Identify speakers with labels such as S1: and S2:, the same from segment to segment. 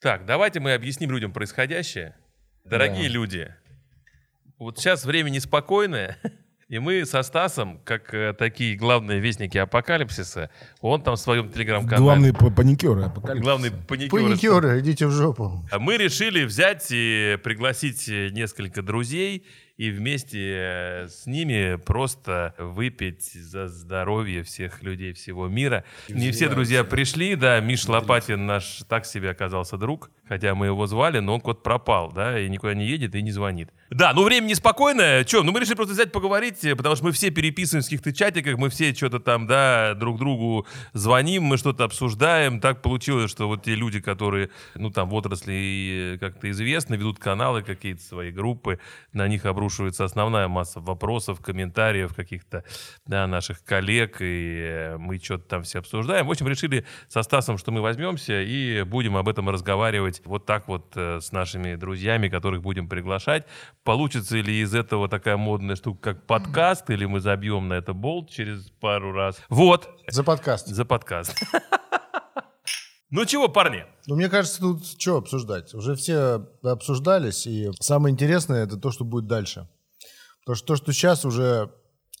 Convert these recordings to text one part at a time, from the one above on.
S1: Так, давайте мы объясним людям происходящее. Дорогие
S2: Да.
S1: люди, вот сейчас время неспокойное, и мы со Стасом, как э, такие главные вестники апокалипсиса, он там в своем телеграм-канале.
S2: Главные па- паникеры апокалипсиса.
S1: главный паникер.
S3: Паникеры, идите в жопу.
S1: Ну, А Мы решили взять и пригласить э, несколько друзей и вместе э, с ними просто выпить за здоровье всех людей всего мира. Не все друзья пришли, да, Миш Лопатин наш так себе оказался друг, хотя мы его звали, но он кот пропал, да, и никуда не едет и не звонит. Да, ну время неспокойное, Че, ну мы решили просто взять поговорить, э, потому что мы все переписываемся в каких-то чатиках, мы все что-то там, да, друг другу звоним, мы что-то обсуждаем. Так получилось, что вот те люди, которые, ну там в отрасли э, как-то известны, ведут каналы какие-то свои группы, на них обрушивается основная масса вопросов, комментариев каких-то, да, наших коллег, и э, мы что-то там все обсуждаем. В общем, решили со Стасом, что мы возьмемся и будем об этом разговаривать вот так вот э, с нашими друзьями, которых будем приглашать. Получится ли из этого такая модная штука, как подкаст, или мы забьем на это болт через пару раз. Вот,
S3: За подкаст.
S1: за подкаст. Ну чего, парни?
S3: Ну, мне кажется, тут что обсуждать? Уже все обсуждались, и самое интересное это то, что будет дальше. Потому что то, что сейчас уже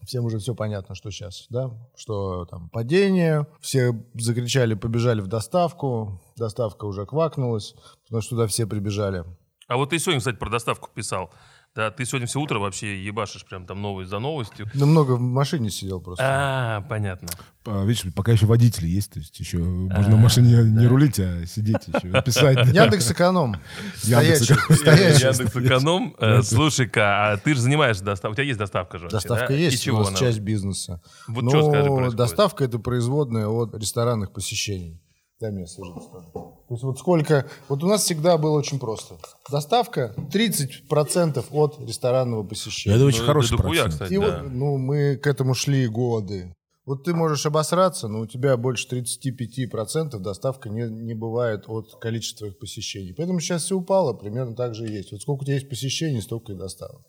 S3: всем уже все понятно, что сейчас, да? Что там падение, все закричали, побежали в доставку, доставка уже квакнулась, потому что туда все прибежали.
S1: А вот ты сегодня, кстати, про доставку писал. Да, ты сегодня все утро вообще ебашишь прям там новость за новостью.
S3: Да Ну, много в машине сидел просто.
S1: А, понятно.
S2: А, Видишь, пока еще водители есть, то есть еще можно
S3: А,
S2: в машине не рулить, а сидеть еще, писать.
S3: Яндекс Эконом.
S2: Яндекс.Эконом.
S3: Стоячий, стоячий.
S1: Яндекс.Эконом. Э, Слушай-ка, а ты же занимаешься доставкой. У тебя есть доставка же. вообще,
S3: Доставка
S1: да?
S3: есть,
S1: И
S3: у
S1: чего
S3: нас
S1: она?
S3: часть бизнеса.
S1: Вот
S3: Ну,
S1: чё, скажи, происходит?
S3: доставка это производная от ресторанных посещений. Да, место же доставка. То есть вот сколько... Вот у нас всегда было очень просто. Доставка 30% от ресторанного посещения.
S2: Это
S1: Ну,
S2: очень хороший
S1: да дохуя,
S2: процент.
S1: кстати,
S3: И
S1: да.
S3: вот, ну, мы к этому шли годы. Вот ты можешь обосраться, но у тебя больше 35% доставка не, не бывает от количества их посещений. Поэтому сейчас все упало, примерно так же и есть. Вот сколько у тебя есть посещений, столько и доставок.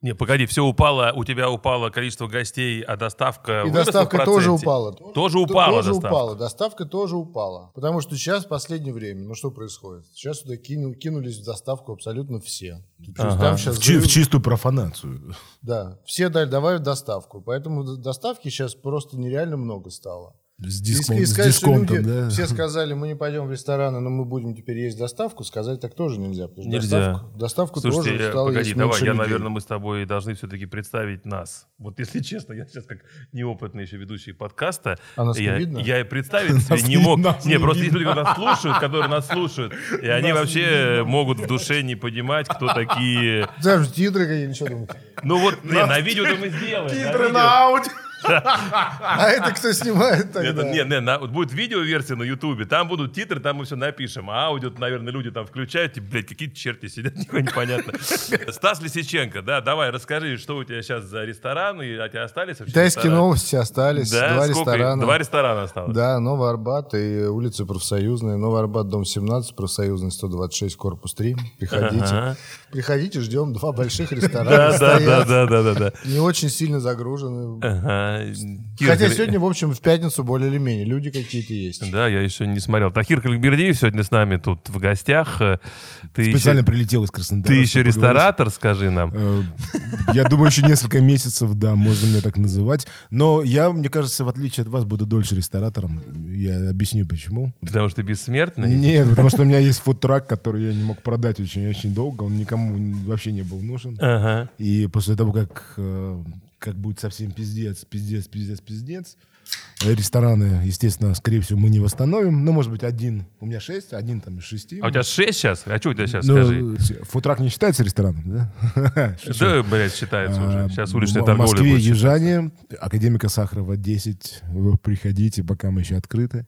S1: Не, погоди, все упало, у тебя упало количество гостей, а доставка
S3: И
S1: выросла в
S3: доставка тоже
S1: проценте?
S3: упала.
S1: Тоже упала
S3: Тоже
S1: доставка.
S3: упала. Доставка тоже упала. Потому что сейчас, в последнее время, ну что происходит? Сейчас сюда кину- кинулись в доставку абсолютно все. Ты чё,
S1: Ага.
S3: там щас
S2: В, чи- в
S3: взрыв-
S2: чистую профанацию.
S3: Да, все дали, давай в доставку. Поэтому д- доставки сейчас просто нереально много стало.
S2: С,
S3: И
S2: дискон-
S3: ск- и
S2: с
S3: сказать, что
S2: дисконтом,
S3: люди-
S2: да.
S3: Все сказали, мы не пойдем в рестораны, но мы будем теперь есть доставку. Сказать так тоже нельзя. потому что
S1: Нельзя.
S3: Доставку, доставку
S1: Слушайте,
S3: тоже
S1: э,
S3: стало
S1: погоди,
S3: есть
S1: давай,
S3: меньше
S1: я,
S3: людей.
S1: наверное, мы с тобой должны все-таки представить нас. Вот если честно, я сейчас как неопытный еще ведущий подкаста,
S3: А нас не
S1: я,
S3: видно?
S1: я и представить себе
S2: Нас
S1: не
S2: не-
S1: мог.
S2: нас
S1: Не,
S2: не
S1: просто есть
S2: видно.
S1: люди, которые нас слушают, которые нас слушают, и они вообще могут в душе не понимать, кто такие.
S3: Знаешь, титры какие-то, что думаете?
S1: Ну вот, блин, на видео-то мы сделаем. на видео.
S3: А это кто снимает
S1: Это,
S3: тогда?
S1: не, не, на- вот будет видеоверсия на Ютубе, там будут титры, там мы все напишем. А аудио, наверное, люди там включают, и, блядь, какие-то черти сидят, ничего не понятно. Стас Лисиченко, да, давай, расскажи, что у тебя сейчас за ресторан, и а тебя остались вообще
S3: Китайские
S1: рестораны?
S3: новости остались,
S1: Да,
S3: два
S1: сколько?
S3: ресторана.
S1: Два ресторана осталось.
S3: Да, Новый Арбат и улица Профсоюзная. Новый Арбат, дом 17, Профсоюзный 126, корпус 3. Приходите.
S1: Ага.
S3: Приходите, ждем. Два больших ресторана
S1: Да, да, да,
S3: стоят.
S1: да, да, да, да.
S3: Не очень сильно загружены.
S1: Ага. Кир
S3: Хотя
S1: Галь-
S3: сегодня, в общем, в пятницу более или менее люди какие-то есть.
S1: Да, я еще не смотрел. Тахир Кальбердиев сегодня с нами тут в гостях. Э, Ты еще-
S2: Специально прилетел из Краснодара.
S1: ты еще
S2: чтобы поговорить.
S1: ресторатор, скажи нам.
S2: Э, Я думаю, еще несколько месяцев, да, можно меня так называть. Но я, мне кажется, в отличие от вас, буду дольше ресторатором. Я объясню, почему.
S1: Потому что ты бессмертный.
S2: Нет, потому что у меня есть фудтрак, который я не мог продать очень-очень долго. Он никому вообще не был нужен.
S1: Ага.
S2: И после того, как, э, как будет совсем пиздец, пиздец, пиздец, пиздец, э, рестораны, естественно, скорее всего, мы не восстановим. Ну, может быть, один. У меня шесть, один там из шести.
S1: А у тебя шесть сейчас? А что у тебя сейчас,
S2: Ну,
S1: скажи?
S2: э, фудтрак не считается рестораном, да? Шучу.
S1: Да, блядь, считается уже.
S2: А,
S1: Сейчас уличная
S2: в- В
S1: торговля
S2: Москве
S1: будет.
S2: Южане, Академика Сахарова 10. Вы приходите, пока мы еще открыты.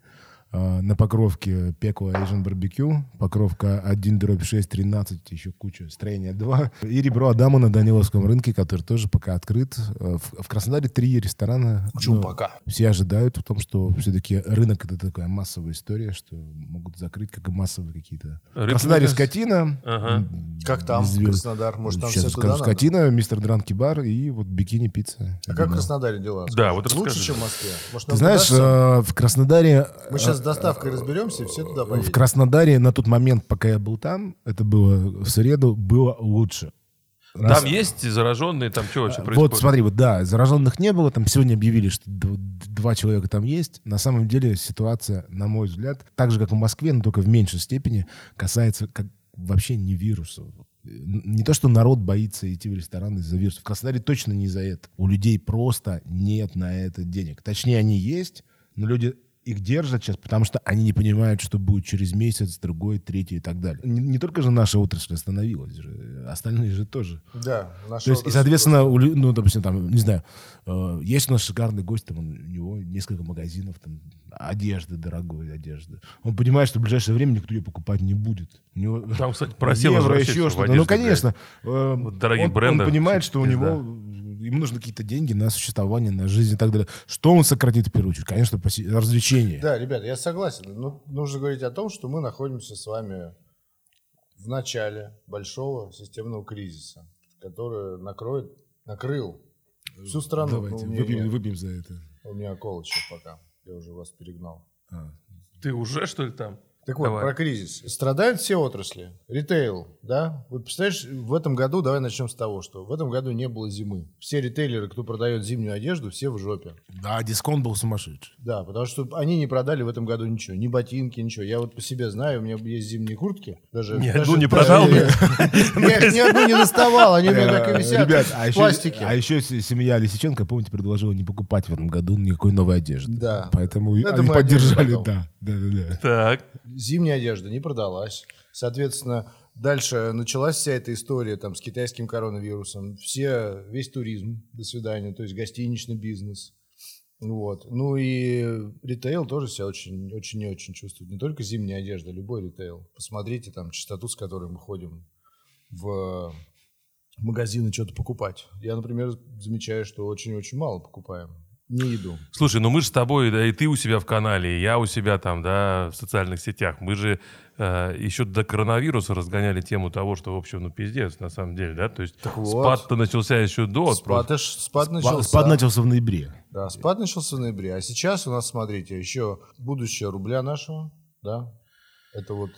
S2: А, На Покровке Пеку Asian Барбекю. Покровка 1 дробь 6, 13, еще куча. Строение 2. И ребро Адама на Даниловском рынке, который тоже пока открыт. Э, В, в Краснодаре три ресторана. Ну,
S3: пока?
S2: все ожидают в том, что все-таки рынок это такая массовая история, что могут закрыть как и массовые какие-то. В
S1: Рыбный
S2: Краснодаре
S1: рынок.
S2: скотина.
S1: Ага.
S2: М,
S3: Как там,
S2: звезд.
S3: Краснодар? Может, там
S2: Сейчас
S3: все
S2: скажу,
S3: туда надо?
S2: скотина, мистер Дранки бар и вот бикини пицца.
S3: А как в Краснодаре дела?
S1: Да, вот
S3: Лучше,
S1: расскажи.
S3: чем в Москве? Может,
S2: Ты
S3: нам
S2: знаешь,
S3: удастся?
S2: э, в Краснодаре
S3: Мы сейчас с доставкой разберемся, и все туда
S2: В
S3: поедем.
S2: Краснодаре на тот момент, пока я был там, это было в среду, было лучше. Раз-
S1: Там есть зараженные, там что вообще происходит?
S2: А, Вот смотри, вот да, зараженных не было, там сегодня объявили, что д- два человека там есть. На самом деле ситуация, на мой взгляд, так же, как в Москве, но только в меньшей степени, касается как вообще не вирусов. Н- Не то, что народ боится идти в ресторан из-за вирусов. В Краснодаре точно не из-за этого. У людей просто нет на это денег. Точнее, они есть, но люди их держат сейчас, потому что они не понимают, что будет через месяц, другой, третий и так далее. Не, не только же наша отрасль остановилась, же, остальные же тоже.
S3: Да,
S1: А
S3: наша
S2: То есть, и,
S3: отрасль
S2: соответственно, у лю- ну, допустим, там, не знаю, э, есть у нас шикарный гость, там, он- у него несколько магазинов, там, одежды, дорогой одежды. Он понимает, что в ближайшее время никто ее покупать не будет. У него
S1: Там, кстати, просил
S2: евро,
S1: возвращать,
S2: еще
S1: чтобы
S2: что-то.
S1: одежда
S2: Ну, конечно. э,
S1: Вот дорогие
S2: он,
S1: бренды,
S2: Он понимает, что у
S1: пизда.
S2: него... э, Ему нужны какие-то деньги на существование, на жизнь и так далее. Что он сократит в первую очередь? Конечно, посе- развлечения.
S3: Да, ребята, я согласен. Ну, нужно говорить о том, что мы находимся с вами в начале большого системного кризиса, который накроет, накрыл всю страну.
S2: Давайте,
S3: Ну, у, меня,
S2: выпьем,
S3: нет.
S2: выпьем за это.
S3: у меня колод еще пока. Я уже вас перегнал.
S2: А.
S1: Ты уже, что ли, там?
S3: Так вот,
S1: Давай.
S3: про кризис. Страдают все отрасли. Ритейл, да? Вот представляешь, в этом году, давай начнем с того, что в этом году не было зимы. Все ритейлеры, кто продает зимнюю одежду, все в жопе.
S2: Да, дисконт был сумасшедший.
S3: Да, потому что они не продали в этом году ничего. Ни ботинки, ничего. Я вот по себе знаю, у меня есть зимние куртки. Даже,
S1: Ни
S3: даже-
S1: одну не
S3: даже-
S1: продал, Э,
S3: Я их ни одну не доставал, они у меня так и висят
S2: Э, Ребят, а
S3: в
S2: еще, а
S3: пластике.
S2: еще с- семья Лисиченко, помните, предложила не покупать в этом году никакой новой одежды.
S3: Да. Ну,
S2: Поэтому
S3: Это
S2: они
S3: мы одежду
S2: поддержали,
S3: потом.
S2: да. да, да, да.
S1: Так.
S3: Зимняя одежда не продалась. Соответственно, дальше началась вся эта история там, с китайским коронавирусом. Все, весь туризм, до свидания, то есть гостиничный бизнес. Вот. Ну и ритейл тоже себя очень, очень и очень чувствует. Не только зимняя одежда, любой ритейл. Посмотрите там частоту, с которой мы ходим в магазины что-то покупать. Я, например, замечаю, что очень-очень мало покупаем. Не еду.
S1: Слушай, ну мы же с тобой, да, и ты у себя в канале, и я у себя там, да, в социальных сетях. Мы же э, еще до коронавируса разгоняли тему того, что, в общем, ну пиздец, на самом деле, да? То есть
S3: вот.
S1: спад-то начался еще до.
S3: Спад, аж- спад начался.
S2: Спа- Спад начался в ноябре.
S3: Да, спад начался в ноябре. А сейчас у нас, смотрите, еще будущее рубля нашего, да, это вот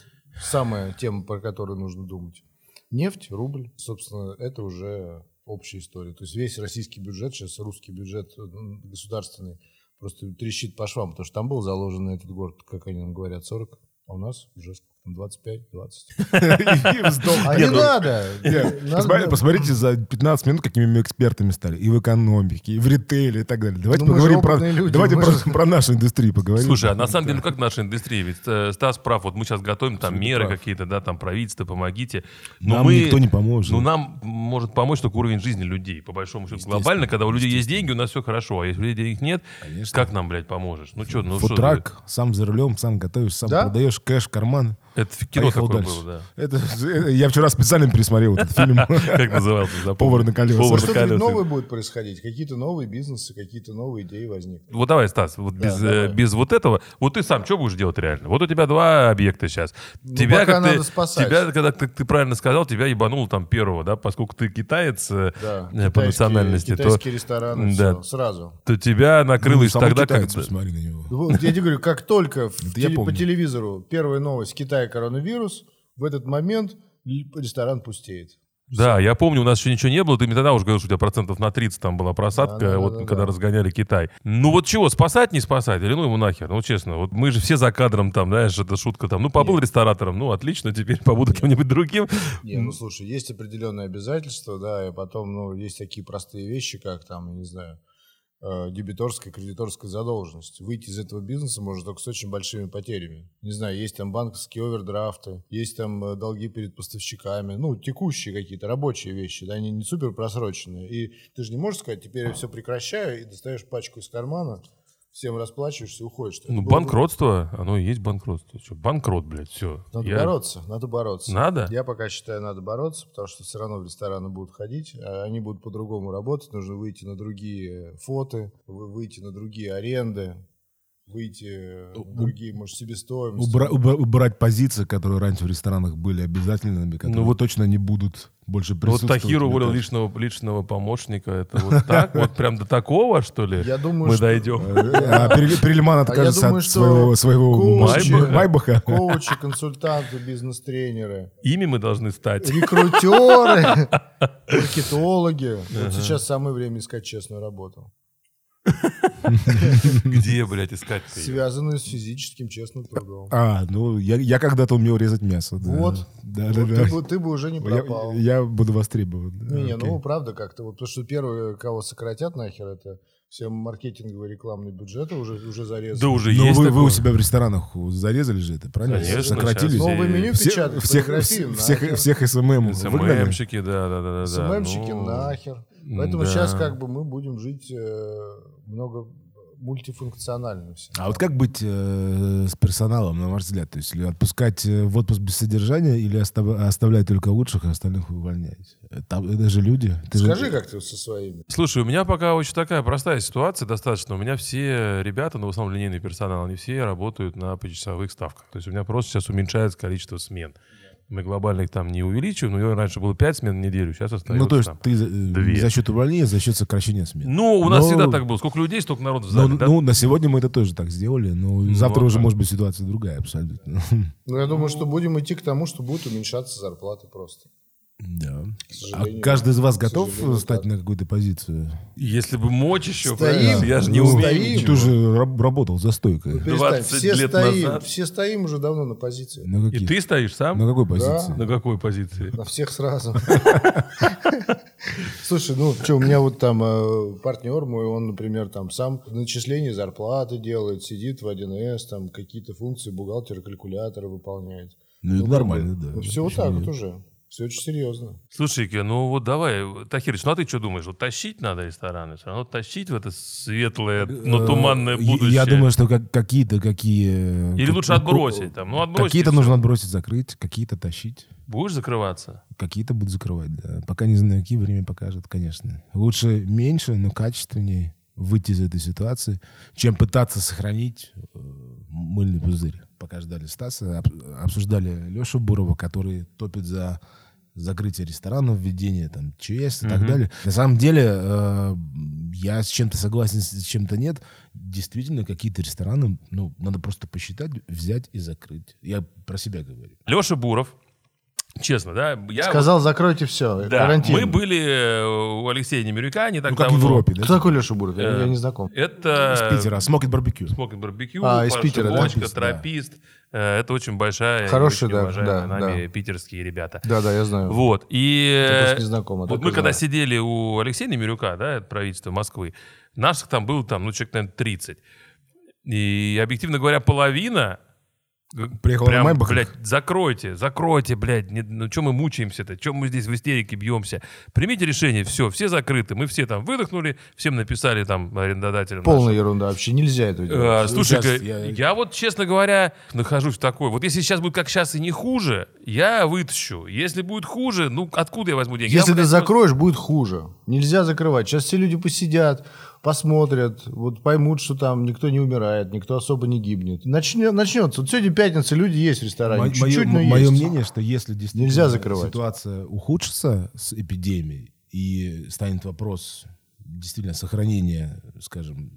S3: самая тема, про которую нужно думать. Нефть, рубль, собственно, это уже общая история. То есть весь российский бюджет, сейчас русский бюджет м, государственный, просто трещит по швам, потому что там был заложен на этот город, как они нам говорят, 40, а у нас уже сколько там, 25, 20.
S2: И вздох.
S3: А не
S2: Нет, ну,
S3: надо!
S2: нет,
S3: Надо-
S2: посмотри- Посмотрите за 15 минут, какими мы экспертами стали. И в экономике, и в ритейле, и так далее. Давайте
S3: Ну, мы же
S2: поговорим про,
S3: опытные люди,
S2: давайте
S3: мы
S2: про,
S3: же-
S2: про нашу индустрию поговорим.
S1: Слушай, а на самом деле, ну как наша индустрия? Ведь э, Стас прав, вот мы сейчас готовим там
S2: Абсолютно
S1: меры
S2: прав.
S1: какие-то, да, там правительство, помогите. Но
S2: Нам
S1: мы-
S2: никто не поможет.
S1: Ну, нам может помочь только уровень жизни людей, по большому счету.
S2: Естественно,
S1: Глобально, когда у людей есть деньги, у нас все хорошо, а если у людей денег нет,
S2: Конечно.
S1: как нам, блядь, поможешь? Ну что, ну что? ты-
S2: Футрак, сам за рулем, сам готовишь, сам
S3: Да?
S2: продаешь, кэш в карман.
S1: Это в кино
S2: Поехал
S1: такое
S2: дальше.
S1: было, да.
S2: Это, это- я вчера специально пересмотрел этот фильм.
S1: Как назывался? запомни.
S2: Повар на колесах.
S1: Повар на
S3: Что-то ведь
S1: колесах.
S3: новое будет происходить, какие-то новые бизнесы, какие-то новые идеи возникнут.
S1: Вот давай, Стас, вот без, э,
S3: давай.
S1: без вот этого, вот ты сам что будешь делать реально? Вот у тебя два объекта сейчас. тебя,
S3: Ну, пока
S1: как ты-
S3: надо спасать.
S1: тебя, когда ты, ты правильно сказал, тебя ебануло там первого, да, поскольку ты китаец э,
S3: Да,
S1: э, по
S3: китайские-
S1: национальности, то,
S3: Китайские рестораны,
S1: Да.
S3: всё, сразу.
S1: то тебя накрыло
S2: Ну,
S1: еще
S2: самого
S1: тогда,
S2: китайца
S1: когда-
S2: Посмотри на него.
S3: Вот я тебе говорю, как только в
S2: Это я
S3: теле- по
S2: помню.
S3: телевизору первая новость Китая коронавирус, в этот момент л- ресторан пустеет.
S1: Да, я помню, у нас еще ничего не было. Ты мне тогда уже говорил, что у тебя процентов на 30 там была просадка,
S3: Да, да,
S1: вот
S3: да, да,
S1: когда
S3: да.
S1: разгоняли Китай. Ну вот чего, спасать, не спасать? Или ну ему нахер, ну честно. Вот мы же все за кадром там, знаешь, это шутка там. Ну побыл ресторатором, ну отлично, теперь побуду кем-нибудь другим.
S3: Не, ну слушай, есть определенные обязательства, да, и потом, ну, есть такие простые вещи, как там, я не знаю, э, дебиторская, кредиторская задолженность. Выйти из этого бизнеса можно только с очень большими потерями. Не знаю, есть там банковские овердрафты, есть там э, долги перед поставщиками, ну, текущие какие-то, рабочие вещи, да, они не супер просроченные. И ты же не можешь сказать, теперь я все прекращаю и достаешь пачку из кармана, всем расплачиваешься и уходишь. Это
S1: Ну
S3: было бы-
S1: банкротство, оно и есть банкротство. Чё, банкрот, блядь, все.
S3: Надо бороться, надо бороться.
S1: Надо?
S3: Я пока считаю, надо бороться, потому что все равно в рестораны будут ходить, а они будут по-другому работать, нужно выйти на другие фото, вы- выйти на другие аренды, выйти на
S2: У-
S3: другие, может, себестоимости.
S2: Убра- убра- убрать позиции, которые раньше в ресторанах были обязательными, которые
S1: Ну
S2: ну,
S1: вот-
S2: вот точно не будут.
S3: Ну
S2: больше
S1: Вот
S2: присутствовать.
S1: Тахир
S2: мне
S1: уволил
S2: кажется.
S1: личного, личного помощника. Это вот так? Вот прям до такого, что ли?
S3: Я думаю,
S1: Мы
S3: что-
S1: дойдем.
S2: А Пере- Перельман откажется
S3: думаю,
S2: от
S3: что
S2: своего, своего
S3: коучи-
S2: Майбаха. Майбаха.
S3: Коучи, консультанты, бизнес-тренеры,
S1: Ими мы должны стать.
S3: рекрутеры, маркетологи. Вот сейчас самое время искать честную работу,
S1: Где, блядь, искать?
S3: связанную с физическим честным трудом.
S2: А, ну, я, я когда-то умел резать мясо. да.
S3: Вот.
S2: Да,
S3: Вот
S2: А, да, да.
S3: Ты бы- ты бы уже не пропал.
S2: Я, я буду востребован. да,
S3: Не, не,
S2: окей.
S3: ну правда как-то. Вот, потому что первое, кого сократят нахер, это все маркетинговые рекламные бюджеты уже, уже зарезаны.
S1: Да уже
S2: Ну,
S1: есть
S2: вы, вы у
S1: такое.
S2: себя в ресторанах зарезали же это, правильно?
S1: Конечно,
S2: Сократили.
S1: сейчас.
S3: Новое Ну, меню
S2: Все-
S3: печатают,
S2: всех,
S3: фотографии
S2: всех,
S3: нахер.
S2: всех СММ. выгнали.
S1: СММщики, да, да, да, да.
S3: СММщики
S1: ну,
S3: нахер. Поэтому
S1: да.
S3: сейчас как бы мы будем жить э, много мультифункционально все.
S2: А вот как быть э, с персоналом, на ваш взгляд? То есть ли отпускать э, в отпуск без содержания или остав- оставлять только лучших, а остальных увольнять? Э, Там, это же люди. Ты же- э,
S3: Скажи, как ты со своими.
S1: Слушай, у меня пока очень такая простая ситуация достаточно. У меня все ребята, ну, в основном линейный персонал, они все работают на почасовых ставках. То есть у меня просто сейчас уменьшается количество смен. Мы глобальных там не увеличиваем, но раньше было 5 смен в неделю, сейчас остается
S2: Ну, то есть
S1: там.
S2: ты за- э,
S1: две.
S2: за счет увольнения, за счет сокращения смен.
S1: Ну, у нас
S2: Но-
S1: всегда так было. Сколько людей, столько народу в
S2: Ну,
S1: зале, да?
S2: ну, на сегодня мы это тоже так сделали, но
S1: Ну,
S2: завтра
S1: а
S2: уже
S1: как?
S2: может быть ситуация другая абсолютно.
S3: Ну, я думаю, что будем идти к тому, что будут уменьшаться зарплаты просто. К
S2: Да. А
S3: сожалению.
S2: каждый из вас
S3: К
S2: готов э,
S3: сожалению,
S2: стать
S3: так.
S2: на какую-то позицию?
S1: Если бы мочь еще,
S3: Стоим,
S1: понимаешь, я же не
S2: Ну,
S1: умею
S3: стоим.
S1: ничего.
S2: Ты же раб- работал за стойкой.
S3: Ну, перестань,
S1: 20
S3: все
S1: лет
S3: стоим,
S1: назад.
S3: все стоим уже давно на позиции.
S2: На
S1: И
S2: каких?
S1: ты стоишь сам?
S2: На какой позиции?
S1: На какой позиции?
S3: На всех сразу. Слушай, ну что, у меня вот там э, партнер мой, он, например, там сам начисление зарплаты делает, сидит в 1С, там какие-то функции бухгалтера, калькулятора выполняет.
S2: Ну, это нормально, да.
S3: Все вот
S2: Почему
S3: так
S2: нет?
S3: вот уже. Все очень серьезно.
S1: Слушай, Ке, ну вот давай, Тахирыч, ну а ты что думаешь? Вот тащить надо рестораны? Все равно тащить в это светлое, но
S2: Э,
S1: ну, туманное
S2: я-
S1: будущее?
S2: Я думаю, что как- какие-то какие...
S1: Или
S2: как-
S1: лучше отбросить там? Ну отбросить.
S2: Какие-то
S1: и
S2: нужно отбросить, закрыть, какие-то тащить,
S1: всё. Будешь закрываться?
S2: какие-то будут закрывать. да. Пока не знаю, какие время покажет, конечно. Лучше меньше, но качественнее выйти из этой ситуации, чем пытаться сохранить э, мыльный пузырь. Пока ждали Стаса, об- обсуждали Лешу Бурова, который топит за закрытие ресторанов, введение там ЧС и так
S1: Мгм.
S2: далее. На самом деле, э, я с чем-то согласен, с с чем-то нет. Действительно, какие-то рестораны, ну, надо просто посчитать, взять и закрыть. Я про себя говорю.
S1: Леша Буров, честно, да? Я
S3: Сказал, закройте все.
S1: вот- да, мы были э, у Алексея Немирюка не так
S2: Ну, как в
S1: давно.
S2: Европе, да? а,
S3: Кто такой Леша Буров?
S1: Э,
S3: Я я не знаком.
S1: Это...
S2: Из Питера. Смокет барбекю.
S1: Смокет барбекю,
S3: А, из
S1: Паша
S3: Питера, да?
S1: Бочка,
S2: Тропист, да.
S1: тропист. Э, Это очень большая, и
S3: Хороший,
S1: очень
S3: да,
S1: уважаемые
S3: да,
S1: нами питерские ребята.
S3: Да, да, я знаю.
S1: Вот. И
S3: Я просто
S1: э,
S3: не знаком, а
S1: вот
S3: так
S1: мы
S3: и
S1: когда
S3: знаю.
S1: сидели у Алексея Немирюка, да, это правительство Москвы, наших там было там, ну, человек, наверное, 30. И, объективно говоря, половина г-
S2: Приехала на
S1: прям,
S2: «Майбахах».
S1: блядь, закройте, закройте, блядь, не- ну что мы мучаемся-то, что мы здесь в истерике бьемся. Примите решение, все, все закрыты, мы все там выдохнули, всем написали там арендодателям. нашим.
S3: Полная ерунда вообще. Нельзя этого
S1: Э,
S3: делать.
S1: Слушай,
S2: Сейчас
S1: ка,
S2: я-
S1: я... вот, честно говоря, нахожусь в такой. Вот если сейчас будет как сейчас и не хуже, я вытащу. Если будет хуже, ну откуда я возьму деньги?
S3: Если
S1: Я,
S3: ты
S1: блядь,
S3: закроешь, будет хуже. Нельзя закрывать. Сейчас все люди посидят, посмотрят, вот поймут, что там никто не умирает, никто особо не гибнет. Начнет, начнется. Вот сегодня пятница, люди есть в ресторане.
S2: Мо-
S3: Чуть-чуть, но
S2: моё, моё
S3: есть.
S2: мнение, что если действительно
S3: Нельзя закрывать.
S2: ситуация ухудшится с эпидемией и станет вопрос действительно сохранения, скажем,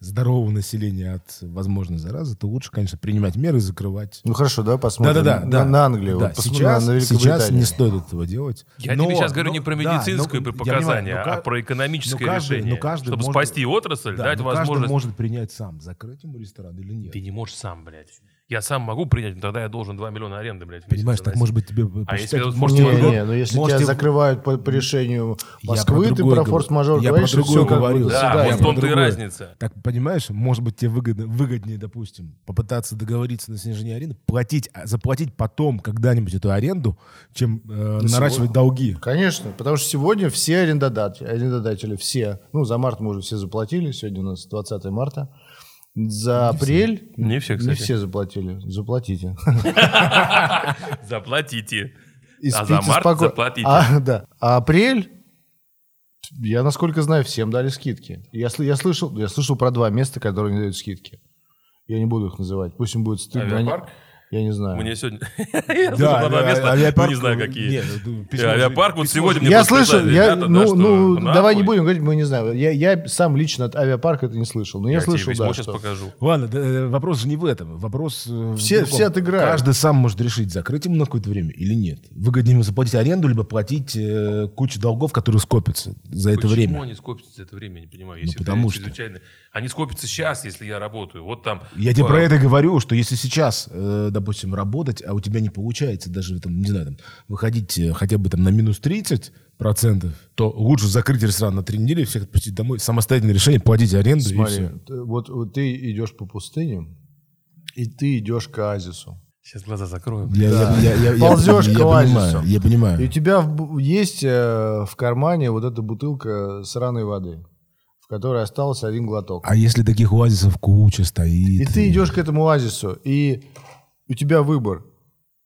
S2: здорового населения от возможной заразы, то лучше, конечно, принимать меры, закрывать.
S3: Ну хорошо, да, посмотрим.
S2: Да-да-да.
S3: На,
S2: да.
S3: на Англию.
S2: Да,
S3: вот посмотрим
S2: сейчас,
S3: на Великобританию.
S2: сейчас не стоит этого делать.
S1: Я
S2: Но-
S1: тебе сейчас говорю
S2: но-
S1: не про
S2: да, но-
S1: медицинское
S2: я понимаю,
S1: показания,
S2: но ка-
S1: а про экономическое
S2: но каждый-
S1: решение.
S2: но каждый
S1: чтобы
S2: может-
S1: спасти отрасль,
S2: да,
S1: дать
S2: но
S1: возможность.
S2: Каждый может принять сам, закрыть ему ресторан или нет.
S1: Ты не можешь сам, блядь. Я сам могу принять, но тогда я должен 2 миллиона аренды, блядь, в месяц
S2: Понимаешь, так
S1: заносить.
S2: может быть тебе
S1: А если вот
S2: посчитать, может,
S1: можете
S3: Не,
S2: тебе-
S1: возможно-
S3: не, но если
S2: может,
S3: тебя
S2: тебе-
S3: закрывают по, по решению
S2: Я
S3: Москвы,
S2: про
S3: ты
S2: другое
S3: про
S2: говорю.
S3: форс-мажор
S2: Я
S3: говоришь,
S2: про
S3: что
S2: другое
S3: все как бы
S2: говорю.
S3: до
S2: Да,
S1: Да,
S3: свидания.
S1: вот в том-то и
S2: Другое.
S1: разница.
S2: Так, понимаешь, может быть, тебе выгодно, выгоднее, допустим, попытаться договориться на снижение аренды, платить, а, заплатить потом когда-нибудь эту аренду, чем э, наращивать
S3: сегодня.
S2: долги.
S3: Конечно, потому что сегодня все арендодатели, арендодатели все, ну, за март мы уже все заплатили, сегодня у нас 20 марта. За апрель
S1: Не все,
S3: не
S1: кстати.
S3: все заплатили. Заплатите.
S1: Заплатите.
S3: И
S1: А за
S3: спите
S1: март
S3: споко-
S1: заплатите.
S3: А, да. А апрель, я, насколько знаю, всем дали скидки. Я, сл- я, слышал, я слышал про два места, которые не дают скидки. Я не буду их называть. Пусть им будет стыдно.
S1: Авиапарк?
S3: Я не знаю.
S1: Мне сегодня... Я слышал про два
S2: а-
S1: места,
S2: а-
S1: ну
S2: авиапарк-
S1: не знаю какие. Э,
S2: Нет, ну,
S1: И
S2: письмо же-
S1: Авиапарк вот
S2: письмо
S1: сегодня
S2: же-
S1: мне
S3: Я
S1: просто
S3: слышал,
S1: сказали,
S3: я,
S1: ребята, да,
S3: ну,
S1: что
S3: ну,
S1: нахуй.
S3: давай не будем говорить, мы не знаем. Я, я сам лично от авиапарка это не слышал, но я,
S1: Я тебе
S3: слышал,
S1: письмо
S3: да,
S1: сейчас
S3: что-
S1: покажу.
S2: Ладно, да, э, вопрос же не в этом. Вопрос э, в
S3: Все-
S2: другом.
S3: все отыграют.
S2: Каждый сам может решить, закрыть ему на какое-то время или нет. Выгоднее ему заплатить аренду, либо платить э, кучу долгов, которые скопятся за это
S1: Почему
S2: время.
S1: они скопятся за это время, я не
S3: Ну,
S1: понимаю. Если
S2: потому
S1: это
S2: что.
S1: чрезвычайно- Они скопятся сейчас, если я работаю. Вот там...
S2: Я тебе
S1: а,
S2: про это и говорю, что если сейчас, э, допустим, работать, а у тебя не получается даже, там, не знаю, там, выходить э, хотя бы там на минус 30 процентов, то лучше закрыть ресторан на три недели, всех отпустить домой, самостоятельное решение, платить аренду и
S3: Смотри,
S2: все.
S3: ты- вот, вот ты идешь по пустыне, и ты идешь к оазису.
S1: Сейчас глаза
S3: Ну,
S1: закрою.
S2: Я,
S3: Да.
S2: я- я- я- я-
S3: Ползешь
S2: я
S3: к
S2: понимаю,
S3: оазису.
S2: я
S3: И у
S2: понимаю.
S3: тебя в бу- есть э, в кармане вот эта бутылка сраной воды, в которой остался один глоток.
S2: А если таких оазисов куча стоит?
S3: И ты идешь к этому оазису, и у тебя выбор.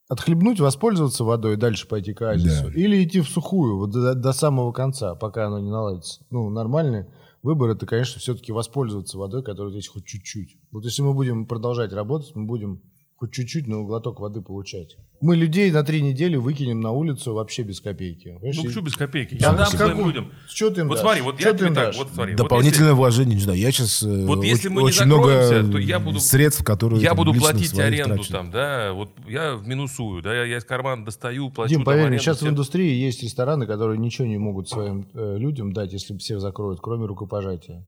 S3: Отхлебнуть, воспользоваться водой и дальше пойти к оазису.
S2: Да.
S3: Или идти в сухую вот до, до самого конца, пока оно не наладится. Ну, нормальный выбор это, конечно, все-таки воспользоваться водой, которая здесь хоть чуть-чуть. Вот если мы будем продолжать работать, мы будем хоть чуть-чуть, но глоток воды получать. Мы людей на три недели выкинем на улицу вообще без копейки.
S1: Ну, почему без копейки?
S3: Я
S1: Я дам
S3: дам
S1: своим
S3: какую?
S1: людям.
S3: Что ты им
S1: Вот
S3: дашь?
S1: смотри, вот
S3: Чё
S1: я
S3: ты
S1: тебе
S3: им
S1: так,
S3: дашь?
S1: вот смотри. вот если-
S2: Дополнительное вложение, не знаю, я сейчас
S1: Вот если мы не
S2: очень много
S1: закроемся, то я буду-
S2: средств, которые
S1: Я
S2: там
S1: буду
S2: лично
S1: платить
S2: своих
S1: аренду
S2: трачу.
S1: там, да, вот я в минусую, да, я, я из кармана достаю, плачу
S3: Дим,
S1: там
S3: поверь мне,
S1: аренду
S3: сейчас в
S1: всем.
S3: индустрии есть рестораны, которые ничего не могут своим э, людям дать, если все закроют, кроме рукопожатия.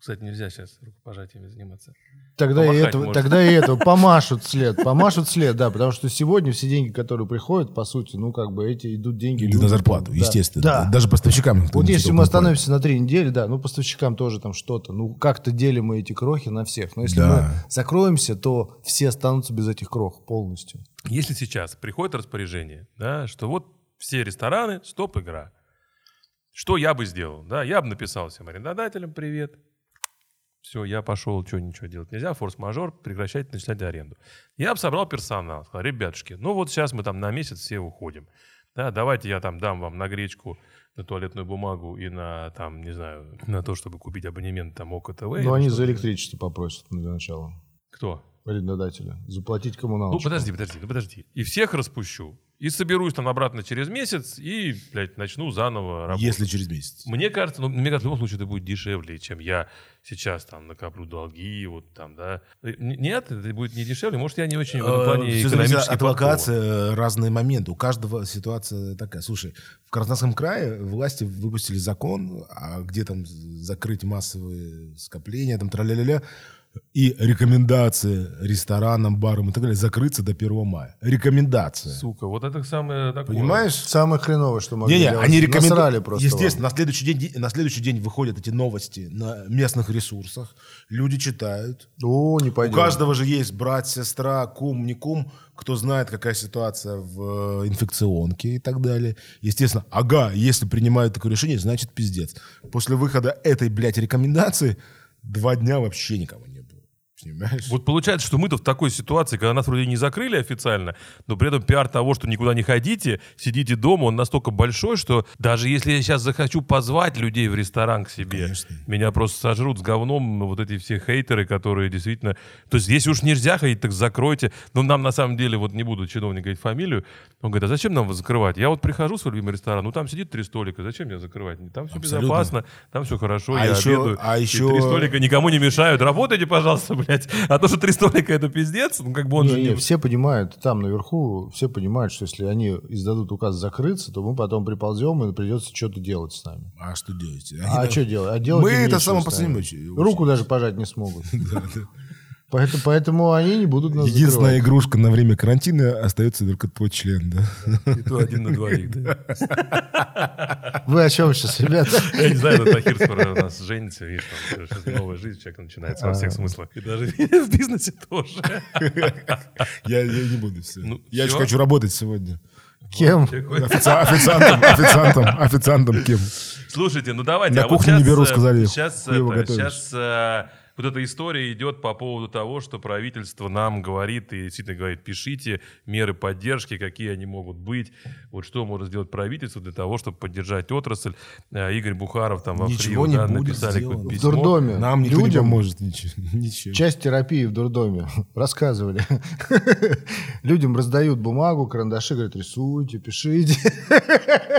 S1: Кстати, нельзя сейчас рукопожатиями заниматься.
S3: Тогда и,
S1: Помахать
S3: этого,
S1: можно.
S3: тогда и этого помашут след, помашут след, да, потому что сегодня все деньги, которые приходят, по сути, ну как бы эти идут деньги
S2: Или
S3: людям.
S2: на зарплату,
S3: Да.
S2: естественно.
S3: Да.
S2: Даже поставщикам. никто
S3: Вот
S2: не
S3: если
S2: хотел
S3: мы
S2: покупать.
S3: остановимся на три недели, да, ну поставщикам тоже там что-то, ну как-то делим мы эти крохи на всех. Но если
S2: Да.
S3: мы закроемся, то все останутся без этих крох полностью.
S1: Если сейчас приходит распоряжение, да, что вот все рестораны, стоп игра, что я бы сделал, да, я бы написал всем арендодателям привет, все, я пошел, что ничего делать нельзя, форс-мажор, прекращать начинать аренду. Я бы собрал персонал, сказал, ребятушки, ну вот сейчас мы там на месяц все уходим, да, давайте я там дам вам на гречку, на туалетную бумагу и на, там, не знаю, на то, чтобы купить абонемент там ОКО ТВ.
S3: Но они за электричество попросят для начала
S1: Кто?
S3: арендодателя заплатить
S1: Ну,
S3: коммуналку.
S1: подожди, подожди, ну подожди. И всех распущу. И соберусь там обратно через месяц и, блядь, начну заново работать.
S2: Если через месяц.
S1: Мне кажется, ну, мне кажется, в любом случае это будет дешевле, чем я сейчас там накоплю долги, вот там, да. Э, н- Нет, это будет не дешевле. Может, я не очень в этом плане
S2: Все Э, зависит
S1: экономически
S2: от локации, разные моменты. У каждого ситуация такая. Слушай, в Краснодарском крае власти выпустили закон, а где там закрыть массовые скопления, там тра-ля-ля-ля, и рекомендации ресторанам, барам и так далее закрыться до 1 мая. Рекомендация.
S1: Сука, вот это самое такое.
S2: Понимаешь?
S3: Самое хреновое, что могли
S2: Не-не,
S3: делать.
S2: они рекоменду-
S3: Насрали просто. вам.
S2: Естественно, на следующий, день, де- на следующий день выходят эти новости на местных ресурсах. Люди читают.
S3: О, не
S2: У
S3: пойдем.
S2: каждого же есть брат, сестра, кум, не кум, кто знает, какая ситуация в э, инфекционке и так далее. Естественно, ага, если принимают такое решение, значит пиздец. После выхода этой, блядь, рекомендации два дня вообще никого не было. Понимаешь?
S1: Вот получается, что мы-то в такой ситуации, когда нас вроде не закрыли официально, но при этом пиар того, что никуда не ходите, сидите дома, он настолько большой, что даже если я сейчас захочу позвать людей в ресторан к себе,
S2: Конечно.
S1: меня просто сожрут с говном вот эти все хейтеры, которые действительно... То есть если уж нельзя ходить, так закройте. Но нам на самом деле, вот не буду чиновник говорить фамилию, он говорит, а зачем нам вас закрывать? Я вот прихожу в свой любимый ресторан, ну там сидит три столика, зачем меня закрывать? Там все
S2: Абсолютно.
S1: безопасно, там все хорошо,
S2: А
S1: я
S2: еще-
S1: обедаю.
S2: а
S1: И
S2: еще-
S1: три столика никому не мешают. Работайте, пожалуйста, блядь. А то, что три столика это пиздец, ну как бы он
S3: Не,
S1: же
S3: не,
S1: не...
S3: все понимают, там наверху, все понимают, что если они издадут указ закрыться, то мы потом приползем и придется что-то делать с нами.
S2: А что делать?
S3: А,
S2: Они-
S3: что делать? А делать
S2: Мы
S3: им
S2: это
S3: нечего
S2: в самом
S3: с нами.
S2: последнем случае.
S3: Руку даже пожать не смогут. Поэтому, поэтому они не будут нас
S2: Единственная
S3: закрывать.
S2: игрушка на время карантина остается только твой член, да?
S1: И то один на двоих, да.
S3: Вы о чем сейчас, ребята?
S1: Я не знаю, этот Тахир скоро у нас женится, видишь, там сейчас новая жизнь, человек начинается во всех смыслах. И даже в бизнесе тоже.
S2: Я, я не буду все.
S1: Ну,
S2: я
S1: всё.
S2: еще хочу работать сегодня.
S3: Кем?
S2: Офици- официантом, официантом, официантом кем?
S1: Слушайте, ну давайте.
S2: На кухню не беру, сказали,
S1: Сейчас,
S2: хуёво готовишь.
S1: сейчас э, вот эта история идет по поводу того, что правительство нам говорит и действительно говорит, пишите меры поддержки, какие они могут быть, вот что можно сделать правительство для того, чтобы поддержать отрасль. Э, Игорь Бухаров там во Фрио,
S2: Ничего не
S1: да,
S2: будет
S1: написали
S2: сделано.
S1: какое-то
S2: В
S1: письмо.
S3: В дурдоме.
S2: Нам никто
S3: людям
S2: не поможет ничего. ничем.
S3: часть терапии в дурдоме. Рассказывали. Людям раздают бумагу, карандаши, говорят, рисуйте, пишите.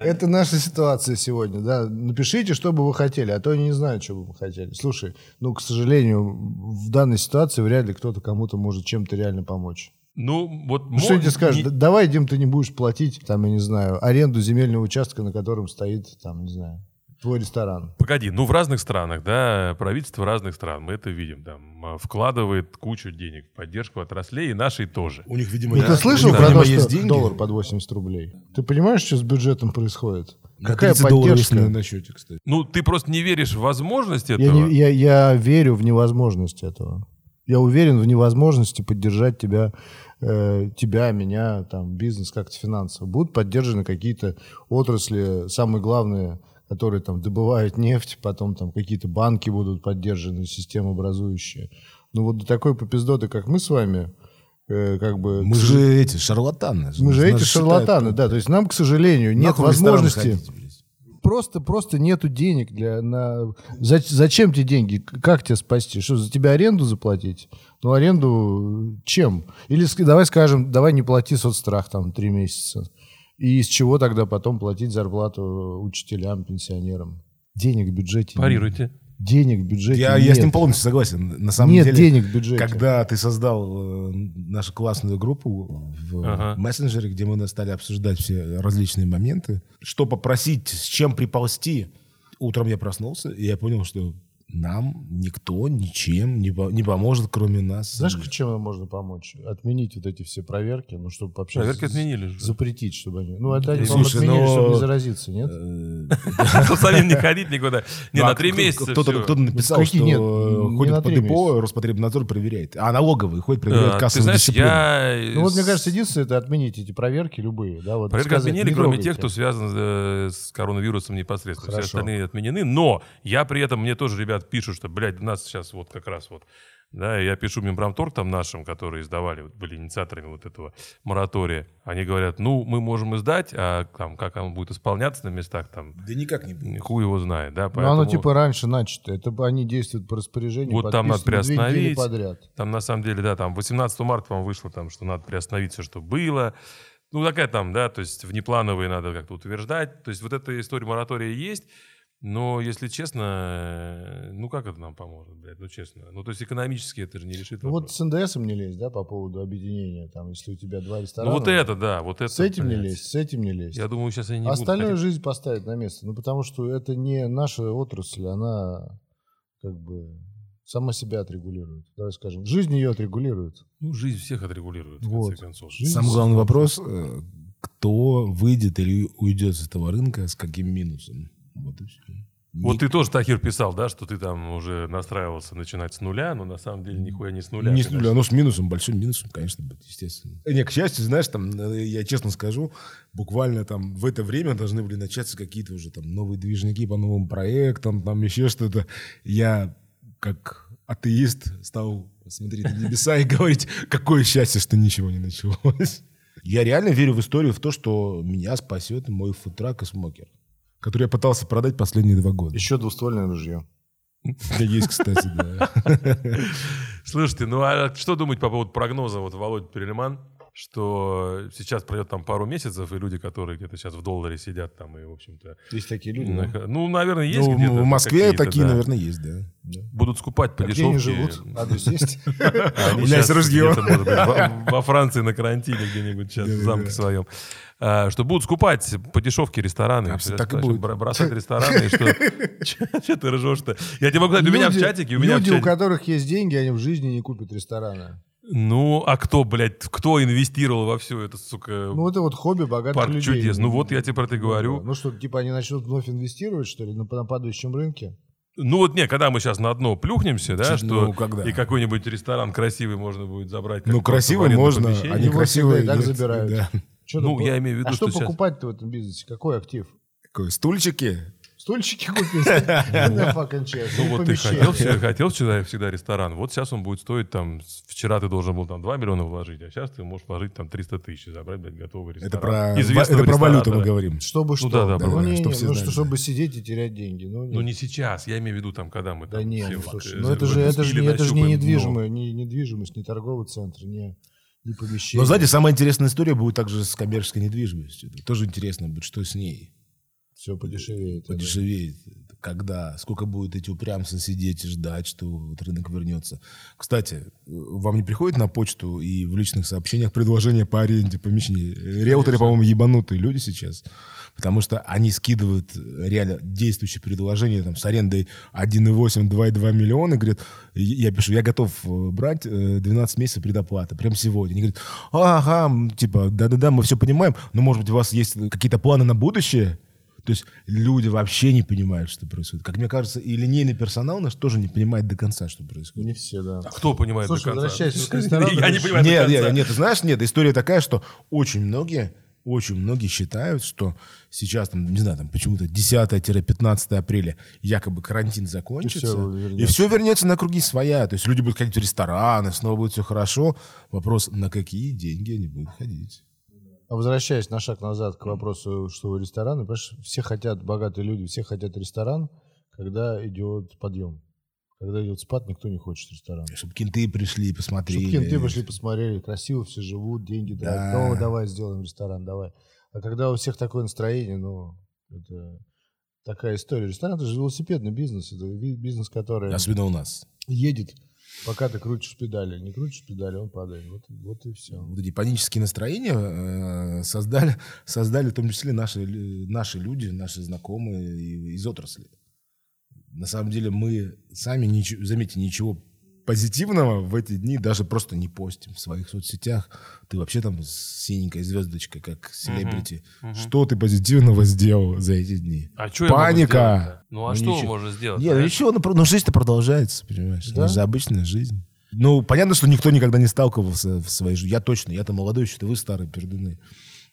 S3: Это наша ситуация сегодня, да. Напишите, что бы вы хотели, а то они не знают, что бы вы хотели. Слушай, ну, к сожалению, в данной ситуации вряд ли кто-то кому-то может чем-то реально помочь.
S1: Ну, вот...
S3: Ну, что
S1: мож-
S3: они тебе скажут?
S1: не-
S3: «Да Давай, Дим, ты не будешь платить, там, я не знаю, аренду земельного участка, на котором стоит, там, не знаю, твой ресторан.
S1: Погоди, ну в разных странах, да, правительство разных стран, мы это видим, там, а, вкладывает кучу денег в поддержку отраслей, и нашей тоже.
S2: У них, видимо,
S3: Ну,
S2: да,
S3: ты слышал
S2: у них,
S3: про
S2: видимо,
S3: то, что
S2: есть деньги?
S3: доллар под 80 рублей? Ты понимаешь, что с бюджетом происходит?
S2: На
S3: Какая
S2: 30 долларов, если
S3: поддержка?
S2: на- на счете, кстати.
S1: Ну, ты просто не веришь в возможность
S3: Я,
S1: этого.
S3: не- я, я верю в невозможность этого. Я уверен в невозможности поддержать тебя, э, тебя, меня, там, бизнес как-то финансово. Будут поддержаны какие-то отрасли, самые главные, которые там добывают нефть, потом там какие-то банки будут поддержаны, системообразующие. Ну вот до такой попиздоты, как мы с вами, э, как бы...
S2: Мы
S3: к
S2: же эти шарлатаны.
S3: Мы же
S2: Нас
S3: эти
S2: считают,
S3: шарлатаны, да. То есть нам, к сожалению, нет
S2: нахуй в ресторан
S3: возможности.
S2: ходить, блядь.
S3: Просто, просто нету денег для на. Зач- зачем тебе деньги? К- Как тебя спасти? Что за тебя аренду заплатить? Ну аренду э, чем? Или ск- давай скажем, давай не плати соцстрах там три месяца. И из чего тогда потом платить зарплату учителям, пенсионерам? Денег в бюджете. нет.
S1: Парируйте.
S3: Денег в бюджете.
S2: Я, я
S3: нет.
S2: с ним полностью согласен. На самом
S3: Нет
S2: деле,
S3: денег в бюджете.
S2: когда ты создал э, нашу классную группу в э,
S1: Ага.
S2: мессенджере, где мы стали обсуждать все различные моменты, что попросить, с чем приползти, утром я проснулся, и я понял, что нам никто ничем не, по- не поможет, кроме нас. Э,
S3: Знаешь, к- чем нам можно помочь? Отменить вот эти все проверки, ну чтобы вообще
S1: Проверки
S3: з-
S1: отменили же.
S3: запретить, чтобы они. Ну это они
S2: Слушай,
S3: по-моему, отменили,
S2: но-
S3: чтобы не заразиться, нет?
S2: Э,
S1: Чтобы самим не ходить никуда. Не,
S2: Ну, а
S1: на три
S2: кто-
S1: месяца
S2: Кто-то
S1: всё.
S2: кто-то написал,
S3: Ну, Какие
S2: что
S3: нет?
S2: э,
S3: Не
S2: ходит
S3: на
S2: по
S3: три
S2: депо, Роспотребнадзор проверяет. А налоговый ходит, проверяет
S1: А, Ты
S2: кассовую
S1: знаешь,
S2: дисциплину.
S1: я...
S3: Ну вот, мне кажется, единственное, это отменить эти проверки любые. Да, вот
S1: Проверки
S3: сказать,
S1: отменили,
S3: не
S1: кроме
S3: трогайте.
S1: тех, кто связан э, с коронавирусом непосредственно.
S3: Хорошо.
S1: Все остальные отменены. Но я при этом, мне тоже ребят пишут, что, блядь, у нас сейчас вот как раз вот, да, я пишу Минпромторг там нашим, которые издавали, вот, были инициаторами вот этого моратория. Они говорят, ну, мы можем издать, а там, как оно будет исполняться на местах, там,
S2: Да никак не будет.
S1: хуй его знает, да,
S3: Ну, оно
S1: поэтому-
S3: типа раньше начато. Это бы они действуют по распоряжению.
S1: Вот там надо
S3: подписано две недели
S1: приостановить.
S3: подряд.
S1: Там на самом деле, да, там 18 марта, по вышло там, что надо приостановить все, что было. Ну, такая там, да, то есть внеплановые надо как-то утверждать. То есть вот эта история моратория есть, но, если честно, э, ну как это нам поможет, блядь, ну честно. Ну, то есть экономически это же не решит
S3: Ну, вот
S1: вопрос.
S3: с НДСом не лезь, да, по поводу объединения. Там, если у тебя два
S1: Ну,
S3: ресторана.
S1: вот это, да, вот это.
S3: С этим не
S1: блядь.
S3: лезь, с этим не лезь.
S1: Я думаю, сейчас они не будут
S3: Остальную
S1: хотя бы-
S3: жизнь поставить на место. Ну, потому что это не наша отрасль, она как бы сама себя отрегулирует. Давай скажем, жизнь ее отрегулирует.
S1: Ну, жизнь всех отрегулирует, в
S3: Вот.
S1: конце концов.
S3: Жизнь-
S2: Самый главный вопрос, э, кто выйдет или уйдет с этого рынка с каким минусом. Вот и все.
S1: Вот ты тоже, Тахир, писал, да, что ты там уже настраивался начинать с нуля, но на самом деле нихуя не с нуля.
S2: Не с
S1: конечно.
S2: нуля, оно с минусом, большим минусом, конечно, будет, естественно. Не, к счастью, знаешь, там, э, я честно скажу, буквально там в это время должны были начаться какие-то уже там новые движники по новым проектам, там еще что-то. Я, как атеист, стал смотреть на небеса и говорить, какое счастье, что ничего не началось. Я реально верю в историю, в то, что меня спасет мой футрак и смокер, который я пытался продать последние два года.
S3: Еще двуствольное ружье.
S2: Да, есть, кстати, да.
S1: Слушайте, ну а что думать по поводу прогноза? Вот Володя Перельман, что сейчас пройдет там пару месяцев, и люди, которые где-то сейчас в долларе сидят там, и, в общем-то...
S3: Есть такие люди. да?
S1: нах- Ну, наверное, есть
S2: Ну,
S1: где-то
S2: в Москве
S1: какие-то,
S2: такие,
S1: да.
S2: наверное, есть, да.
S1: Будут скупать по
S3: А Где они
S1: дешевке.
S3: живут?
S1: э,
S3: Адрес есть?
S1: Они
S2: У меня есть
S1: щас
S2: ружье.
S1: где-то, может быть, во, во Франции на карантине где-нибудь сейчас в
S2: Да-да-да.
S1: замке своем. А, что будут скупать по дешевке рестораны.
S2: А, всё
S1: Сейчас,
S2: так и
S1: значит,
S2: будет.
S1: бро- Бросать рестораны. и что- Че ты ржешь-то? Я тебе могу сказать, у меня в
S3: Люди-
S1: чатике, у меня в
S3: Люди, у
S1: чатике.
S3: которых есть деньги, они в жизни не купят ресторана.
S1: Ну, а кто, блядь, кто инвестировал во все это, сука,
S3: Ну, это вот хобби богатых
S1: парк
S3: людей.
S1: чудес? Ну, вот я тебе про это и говорю.
S3: Ну, что, типа, они начнут вновь инвестировать, что ли, на, на падающем рынке?
S1: Ну вот не, когда мы сейчас на дно плюхнемся, да,
S2: Ну,
S1: что
S2: когда?
S1: и какой-нибудь ресторан красивый можно будет забрать. как
S2: Ну,
S1: просто
S2: красиво
S1: в аренду
S2: можно,
S1: помещение.
S2: а некрасивые
S3: всегда и так
S2: нет.
S3: забирают.
S2: Да.
S3: Чё
S1: Ну,
S3: такое?
S1: я имею в виду,
S3: а
S1: что
S3: что,
S1: сейчас-
S3: покупать-то в этом бизнесе? Какой актив?
S2: Такой, Стульчики?
S3: Стульчики купить. На fucking chair.
S1: Ну
S3: И
S1: вот ты
S3: помещение.
S1: хотел, всегда- хотел всегда, всегда ресторан, вот сейчас он будет стоить там, с- вчера ты должен был там 2 миллиона вложить, а сейчас ты можешь вложить там 300 тысяч, и забрать, блядь, готовый ресторан.
S2: Это про,
S1: Известного
S2: это про валюту мы
S1: ресторатора.
S2: говорим.
S3: Чтобы что?
S1: да, да,
S3: ну,
S2: да,
S3: не,
S2: чтоб
S3: не,
S2: все
S3: ну,
S2: знали,
S3: что,
S2: да.
S3: чтобы сидеть и терять деньги. Ну,
S1: Ну
S3: не-
S1: не сейчас, я имею в виду там, когда мы
S3: да
S1: там
S3: не,
S1: все
S3: ну,
S1: в-
S3: слушай,
S1: э,
S3: ну это же, это же,
S1: или
S3: не, это же не
S1: нащупаем дно.
S3: недвижимое, не недвижимость, не торговый центр, не, не помещение.
S2: Но, знаете, самая интересная история будет также с коммерческой недвижимостью. Это тоже интересно будет, что с ней
S3: все подешевеет. да.
S2: подешевеет. Когда, сколько будет эти упрямцы сидеть и ждать, что вот рынок вернется. Кстати, э, вам не приходит на почту и в личных сообщениях предложения по аренде помещений? Риэлторы, по-моему, ебанутые люди сейчас. Потому что они скидывают э, реально действующие предложения там, с арендой 1,8, 2,2 миллиона. Говорят, я пишу, я готов э, брать э, 12 месяцев предоплаты. Прямо сегодня. Они говорят, ага, м, типа, да-да-да, мы все понимаем. Но, может быть, у вас есть какие-то планы на будущее? То есть люди вообще не понимают, что происходит. Как мне кажется, и линейный персонал наш тоже не понимает до конца, что происходит.
S3: Не все, да.
S1: Кто понимает
S3: Слушай,
S1: до конца?
S3: возвращаясь к ресторану,
S1: Я не
S3: ты-
S1: понимаю
S2: нет,
S1: до
S2: нет,
S1: конца.
S2: нет, ты знаешь, нет, история такая, что очень многие, очень многие считают, что сейчас, там, не знаю, там почему-то 10-15 апреля якобы карантин закончится,
S3: всё вернётся.
S2: и все вернется на круги своя. То есть люди будут ходить в рестораны, снова будет все хорошо. Вопрос, на какие деньги они будут ходить?
S3: А возвращаясь на шаг назад к вопросу, что рестораны, понимаешь, все хотят, богатые люди, все хотят ресторан, когда идет подъем. Когда идет спад, никто не хочет ресторан.
S2: Чтобы кенты пришли, посмотрели.
S3: Чтоб кенты пошли посмотрели, красиво все живут, деньги тратят.
S2: Да.
S3: «О, давай сделаем ресторан, давай. А когда у всех такое настроение, ну, это такая история. Ресторан это же велосипедный бизнес, это ви- бизнес, который
S2: Особенно у нас.
S3: едет, пока ты крутишь педали. Не крутишь педали, он падает. Вот, вот и все.
S2: вот эти панические настроения э, создали, создали в том числе наши, лю- наши люди, наши знакомые и- из отрасли. На самом деле мы сами, ничего, заметьте, ничего позитивного в эти дни даже просто не постим в своих соцсетях. Ты вообще там с синенькой звездочкой, как селебрити. Что ты позитивного сделал за эти дни?
S1: А чё я могу
S2: Паника!
S1: сделать-то? Ну а
S2: Ну,
S1: что
S2: ничего.
S1: можно сделать? а?
S2: Нет, ну ничего, ну, про- ну жизнь-то продолжается, понимаешь?
S3: Да.
S2: Это же обычная жизнь. Ну, понятно, что никто никогда не сталкивался в своей жизни. Я точно, я-то молодой еще, ты вы старые пердуны.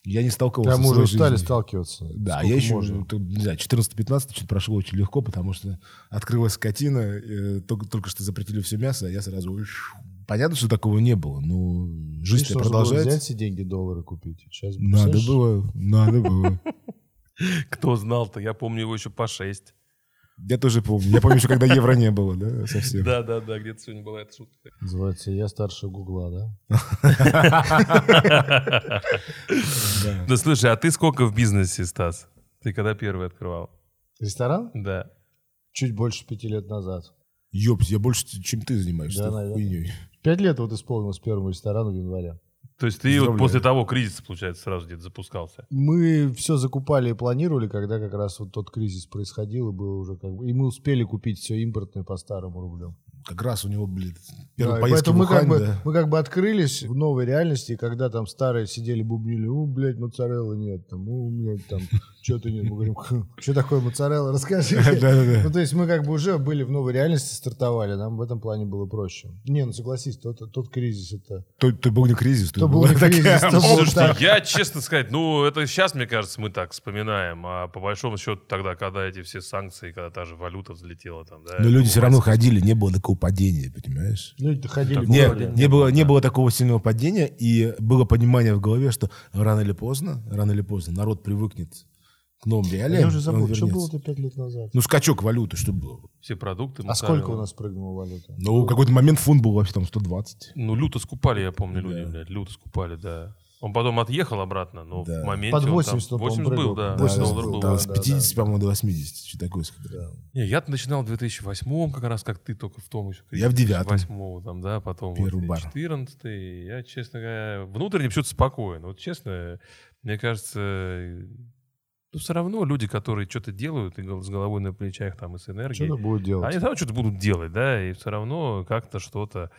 S2: Я не сталкивался
S3: Да,
S2: в
S3: мы уже
S2: своей
S3: устали
S2: жизни.
S3: сталкиваться.
S2: Да,
S3: Сколько
S2: я еще,
S3: можно?
S2: ну, не знаю, 14-15 что-то прошло очень легко, потому что открылась скотина, э, только, только что запретили все мясо, а я сразу... «Уш». Понятно, что такого не было, но
S3: Видишь,
S2: жизнь
S3: нужно было
S2: продолжается.
S3: Взять все деньги, доллары купить. Сейчас
S2: Надо было, надо было.
S1: Кто знал-то? Я помню его еще по 6.
S2: Я тоже помню. Я помню еще, когда евро не было, да, совсем.
S1: Да-да-да, где-то сегодня была эта шутка.
S3: Называется «Я старше Гугла», да?
S2: Да.
S1: Да слушай, а ты сколько в бизнесе, Стас? Ты когда первый открывал?
S3: Ресторан?
S1: Да.
S3: Чуть больше пяти лет назад.
S2: Ёпс, я больше, чем ты занимаешься
S3: Да,
S2: такой
S3: наверное.
S2: хуйней.
S3: Пять лет вот исполнилось первому ресторану в январе.
S1: То есть ты вот
S2: Поздравляю.
S1: после того кризиса, получается, сразу где-то запускался.
S3: Мы все закупали и планировали, когда как раз вот тот кризис происходил, и было уже как бы... И мы успели купить все импортное по старому рублю.
S2: Как раз у него, блин,
S3: Да,
S2: первая
S3: и
S2: поездка
S3: поэтому
S2: в
S3: мы как,
S2: Ухань,
S3: бы,
S2: да.
S3: мы как бы открылись в новой реальности, и когда там старые сидели, бубнили, у, блядь, моцареллы нет, там, у, блядь, там, что-то нет. Мы говорим, «Хм, что такое моцарелла, расскажи.
S2: Да-да-да.
S3: Ну, то есть мы как бы уже были в новой реальности, стартовали, нам в этом плане было проще. Не, ну согласись, тот, тот кризис это...
S2: То, то был не кризис, то,
S3: То был
S2: была
S3: не кризис,
S2: такая
S3: то был
S2: обстановка.
S3: Слушайте,
S1: Слушайте, я, честно сказать, ну, это сейчас, мне кажется, мы так вспоминаем, а по большому счету тогда, когда эти все санкции, когда та же валюта взлетела там, да.
S2: Но Ну, люди все равно ходили, не было такого падения, понимаешь?
S3: Люди ну, ходили...
S1: Так,
S3: в
S2: Не,
S1: было,
S3: городе.
S2: не, было, не
S1: да.
S2: было такого сильного падения, и было понимание в голове, что рано или поздно, рано или поздно народ привыкнет к новым реалиям.
S3: Я уже
S2: он
S3: забыл, что
S2: вернется.
S3: было-то пять лет назад?
S2: Ну, скачок валюты, что было?
S1: Все продукты.
S3: А
S1: мы
S3: сколько
S1: сами-
S3: у нас прыгнула валюта?
S2: Ну, в какой-то момент фунт был вообще там 120.
S1: Ну, люто скупали, я помню, люди,
S2: Да.
S1: блядь, люто скупали, да. Он потом отъехал обратно, но
S2: Да.
S1: в моменте
S3: Под
S1: он там-
S3: 80 он, по-моему,
S1: 80 был,
S3: прыгал.
S1: да.
S3: 80
S1: доллар
S3: был,
S1: был.
S2: да,
S3: да,
S2: с
S3: да,
S2: 50, по-моему, до 80, что такое. сколько-то.
S1: Не, я начинал в 2008 как раз, как ты только в том еще.
S2: Я в девятом.
S1: 8 там, да, потом
S2: Первый бар.
S1: 14 Я, честно говоря, внутренне почему-то спокоен. Вот честно, мне кажется, ну, все равно люди, которые что-то делают и гол- с головой на плечах там и с
S3: Что
S1: энергией,
S3: она будет
S1: они
S3: делать?
S1: все равно что-то будут делать, да, и все равно как-то что-то...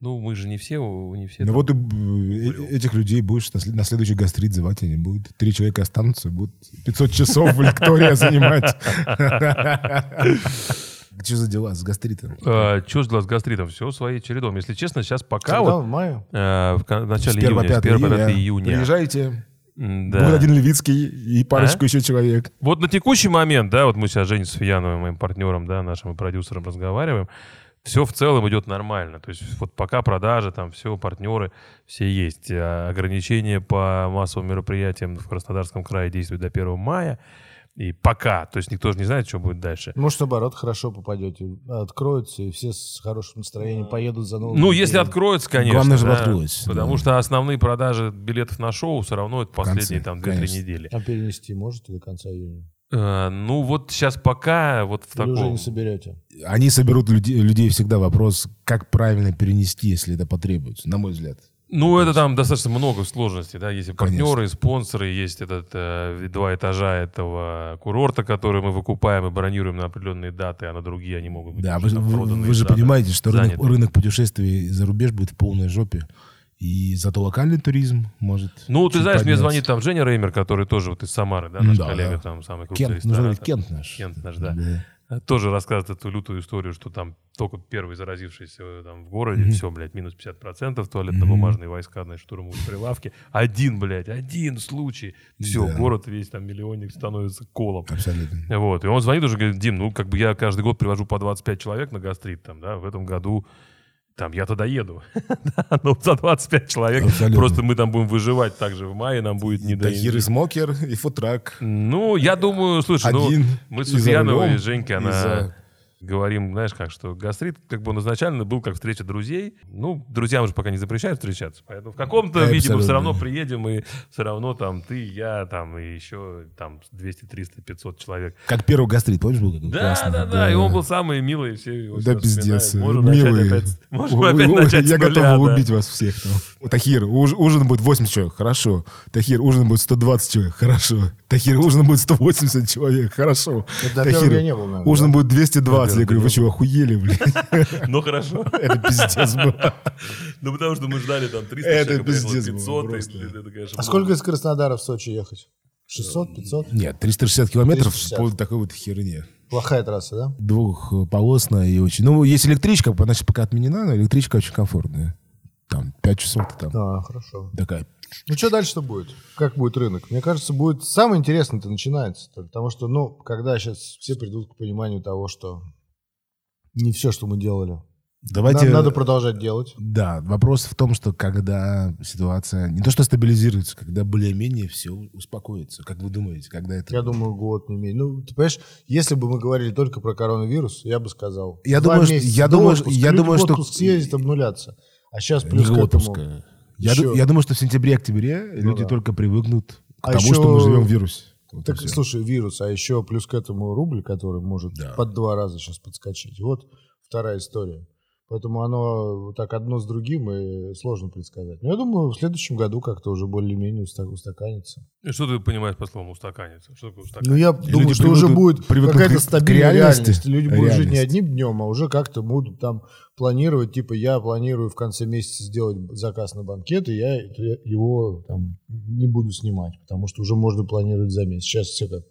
S1: Ну, мы же не все, у- не все...
S2: Ну
S1: там-
S2: вот и, э, э, этих людей будешь на, след- на следующий гастрит звать, они будут. Три человека останутся, будут 500 часов в лектория занимать. Что за дела с гастритом?
S1: Че с гастритом? Все своей чередом. Если честно, сейчас пока
S3: Когда?
S1: вот
S3: в мае?
S1: э, в кон- начале
S2: С 1
S1: июня, с 1
S2: 5
S1: 5 июня
S2: Приезжайте, Был
S1: Да. А?
S2: один Левицкий и парочку еще человек.
S1: Вот на текущий момент, да, вот мы сейчас с Женей Софьяновым, моим партнером, да, нашим и продюсером разговариваем, все в целом идет нормально. То есть вот пока продажи, там все, партнеры, все есть. А Ограничения по массовым мероприятиям в Краснодарском крае действуют до 1 мая. И пока. То есть никто же не знает, что будет дальше.
S3: Может, наоборот, хорошо попадете. Откроются, и все с хорошим настроением поедут за новым.
S1: Ну, если
S3: билетом.
S1: откроется, конечно.
S2: Главное, чтобы
S1: да,
S2: открылось,
S1: Потому
S2: да.
S1: что основные продажи билетов на шоу все равно это
S2: конце,
S1: последние там 2-3
S2: конечно.
S1: недели.
S3: А перенести можете до конца июня?
S1: Э, ну, вот сейчас пока вот в
S3: Или уже
S1: таком...
S3: не соберете?
S2: Они соберут людей, людей всегда вопрос, как правильно перенести, если это потребуется, на мой взгляд.
S1: Ну, это там достаточно много сложностей, да, есть и
S2: Конечно.
S1: партнеры, и спонсоры, есть этот э, два этажа этого курорта, который мы выкупаем и бронируем на определенные даты, а на другие они могут быть
S2: Да, вы,
S1: уже там
S2: вы-
S1: проданы
S2: вы же
S1: и заняты.
S2: понимаете, что рынок,
S1: заняты.
S2: рынок путешествий за рубеж будет в полной жопе. И зато локальный туризм может...
S1: Ну, ты
S2: чуть
S1: знаешь, мне
S2: подняться.
S1: звонит там Женя Реймер, который тоже вот из Самары, да, наш
S2: Да,
S1: коллега,
S2: да.
S1: там самый крутой
S2: Кент, нужно говорить,
S1: ресторатор.
S2: Кент наш.
S1: Кент наш, да. Э, Тоже рассказывает эту лютую историю, что там только первый заразившийся э, там в городе, все, блядь, минус 50% туалетно-бумажные войска, значит, штурмуют прилавки. Один, блядь, один случай. Все,
S2: Да. Э.
S1: город весь там миллионник становится колом.
S2: Абсолютно.
S1: Вот. И он звонит уже, говорит, Дим, ну, как бы я каждый год привожу по 25 человек на гастрит, там, да, в этом году там я-то доеду. Да, но за 25 человек
S2: Абсолютно.
S1: просто мы там будем выживать также в мае, нам будет не до...
S2: Тахир и смокер, и футрак.
S1: Ну, я думаю, слушай, ну,
S2: Один
S1: мы с
S2: и за
S1: Ульяновой
S2: рулем,
S1: и Женькой,
S2: и
S1: она...
S2: за-
S1: Говорим, знаешь как, что гастрит, как бы он изначально был как встреча друзей. Ну, друзьям же пока не запрещают встречаться. Поэтому в каком-то
S2: Да,
S1: виде мы все
S2: абсолютно.
S1: равно приедем, и все равно там ты, я, там, и еще там 200, 300, 500 человек.
S2: Как первый гастрит, помнишь, был?
S1: Да, да, да, И он был самый милый, все его
S2: Да
S1: всё
S2: пиздец,
S1: вспоминают. Можем
S2: милые.
S1: начать опять, можем
S2: Ой,
S1: опять
S2: ой,
S1: начать
S2: я
S1: с нуля,
S2: готов
S1: да.
S2: убить вас всех. там. Тахир, уж- ужин будет 80 человек, хорошо. Тахир, ужин будет 120 человек, хорошо. Тахир, ужин будет 180 человек, хорошо.
S3: Это до
S2: Тахир,
S3: первого я не был, наверное,
S2: ужин
S3: да?
S2: будет 220. Я говорю, вы чего, охуели, блин?
S1: Ну хорошо.
S2: Это пиздец был.
S1: Ну потому что мы ждали там 300
S2: Это
S1: человек, а приехало
S2: пиздец было
S1: 500. и
S2: просто.
S1: это, конечно,
S3: А
S1: было.
S3: сколько из Краснодара в Сочи ехать? 600, 500?
S2: Нет, 360 километров
S3: 360.
S2: по такой вот херне.
S3: Плохая трасса, да?
S2: Двухполосная э, и очень... Ну, есть электричка, значит, пока отменена, но электричка очень комфортная. Там 5 часов ты там.
S3: А, хорошо.
S2: Такая
S3: Ну, что дальше-то будет? Как будет рынок? Мне кажется, будет... Самое интересное-то начинается. -то, потому что, ну, когда сейчас все придут к пониманию того, что не все, что мы делали.
S2: Давайте...
S3: Нам надо продолжать делать.
S2: Да, вопрос в том, что когда ситуация не то что стабилизируется, когда более-менее все успокоится. Как вы думаете, когда это?
S3: Я думаю, год не менее. Ну, ты понимаешь, если бы мы говорили только про коронавирус, я бы сказал.
S2: Я
S3: два
S2: думаю, что-
S3: месяца
S2: я
S3: до
S2: думаю,
S3: отпуска.
S2: я
S3: Люди
S2: думаю,
S3: в
S2: что-
S3: отпуск съездят, обнулятся. А сейчас
S2: не
S3: плюс к этому...
S2: отпуска. Я,
S3: Еще-
S2: ду- я думаю, что в сентябре-октябре люди
S3: да.
S2: только привыкнут к
S3: А
S2: тому,
S3: еще-
S2: что мы живем в вирусе. Вот
S3: Так,
S2: и всё.
S3: слушай, вирус, а еще плюс к этому рубль, который может
S2: Да.
S3: под два раза сейчас подскочить. Вот вторая история. Поэтому оно вот так одно с другим и сложно предсказать. Но я думаю, в следующем году как-то уже более-менее уста- устаканится.
S1: И Э, Что ты понимаешь по словам устаканится? Что такое
S3: Ну,
S1: устаканится?
S3: я
S2: Люди
S3: думаю, что уже
S2: привыкнут-
S3: будет
S2: привыкнут
S3: какая-то
S2: к- к
S3: стабильная
S2: реальности.
S3: реальность. Люди будут жить не
S2: Реальность.
S3: одним днем, а уже как-то будут там планировать. Типа я планирую в конце месяца сделать заказ на банкет, и я его там не буду снимать, потому что уже можно планировать за месяц. Сейчас все как.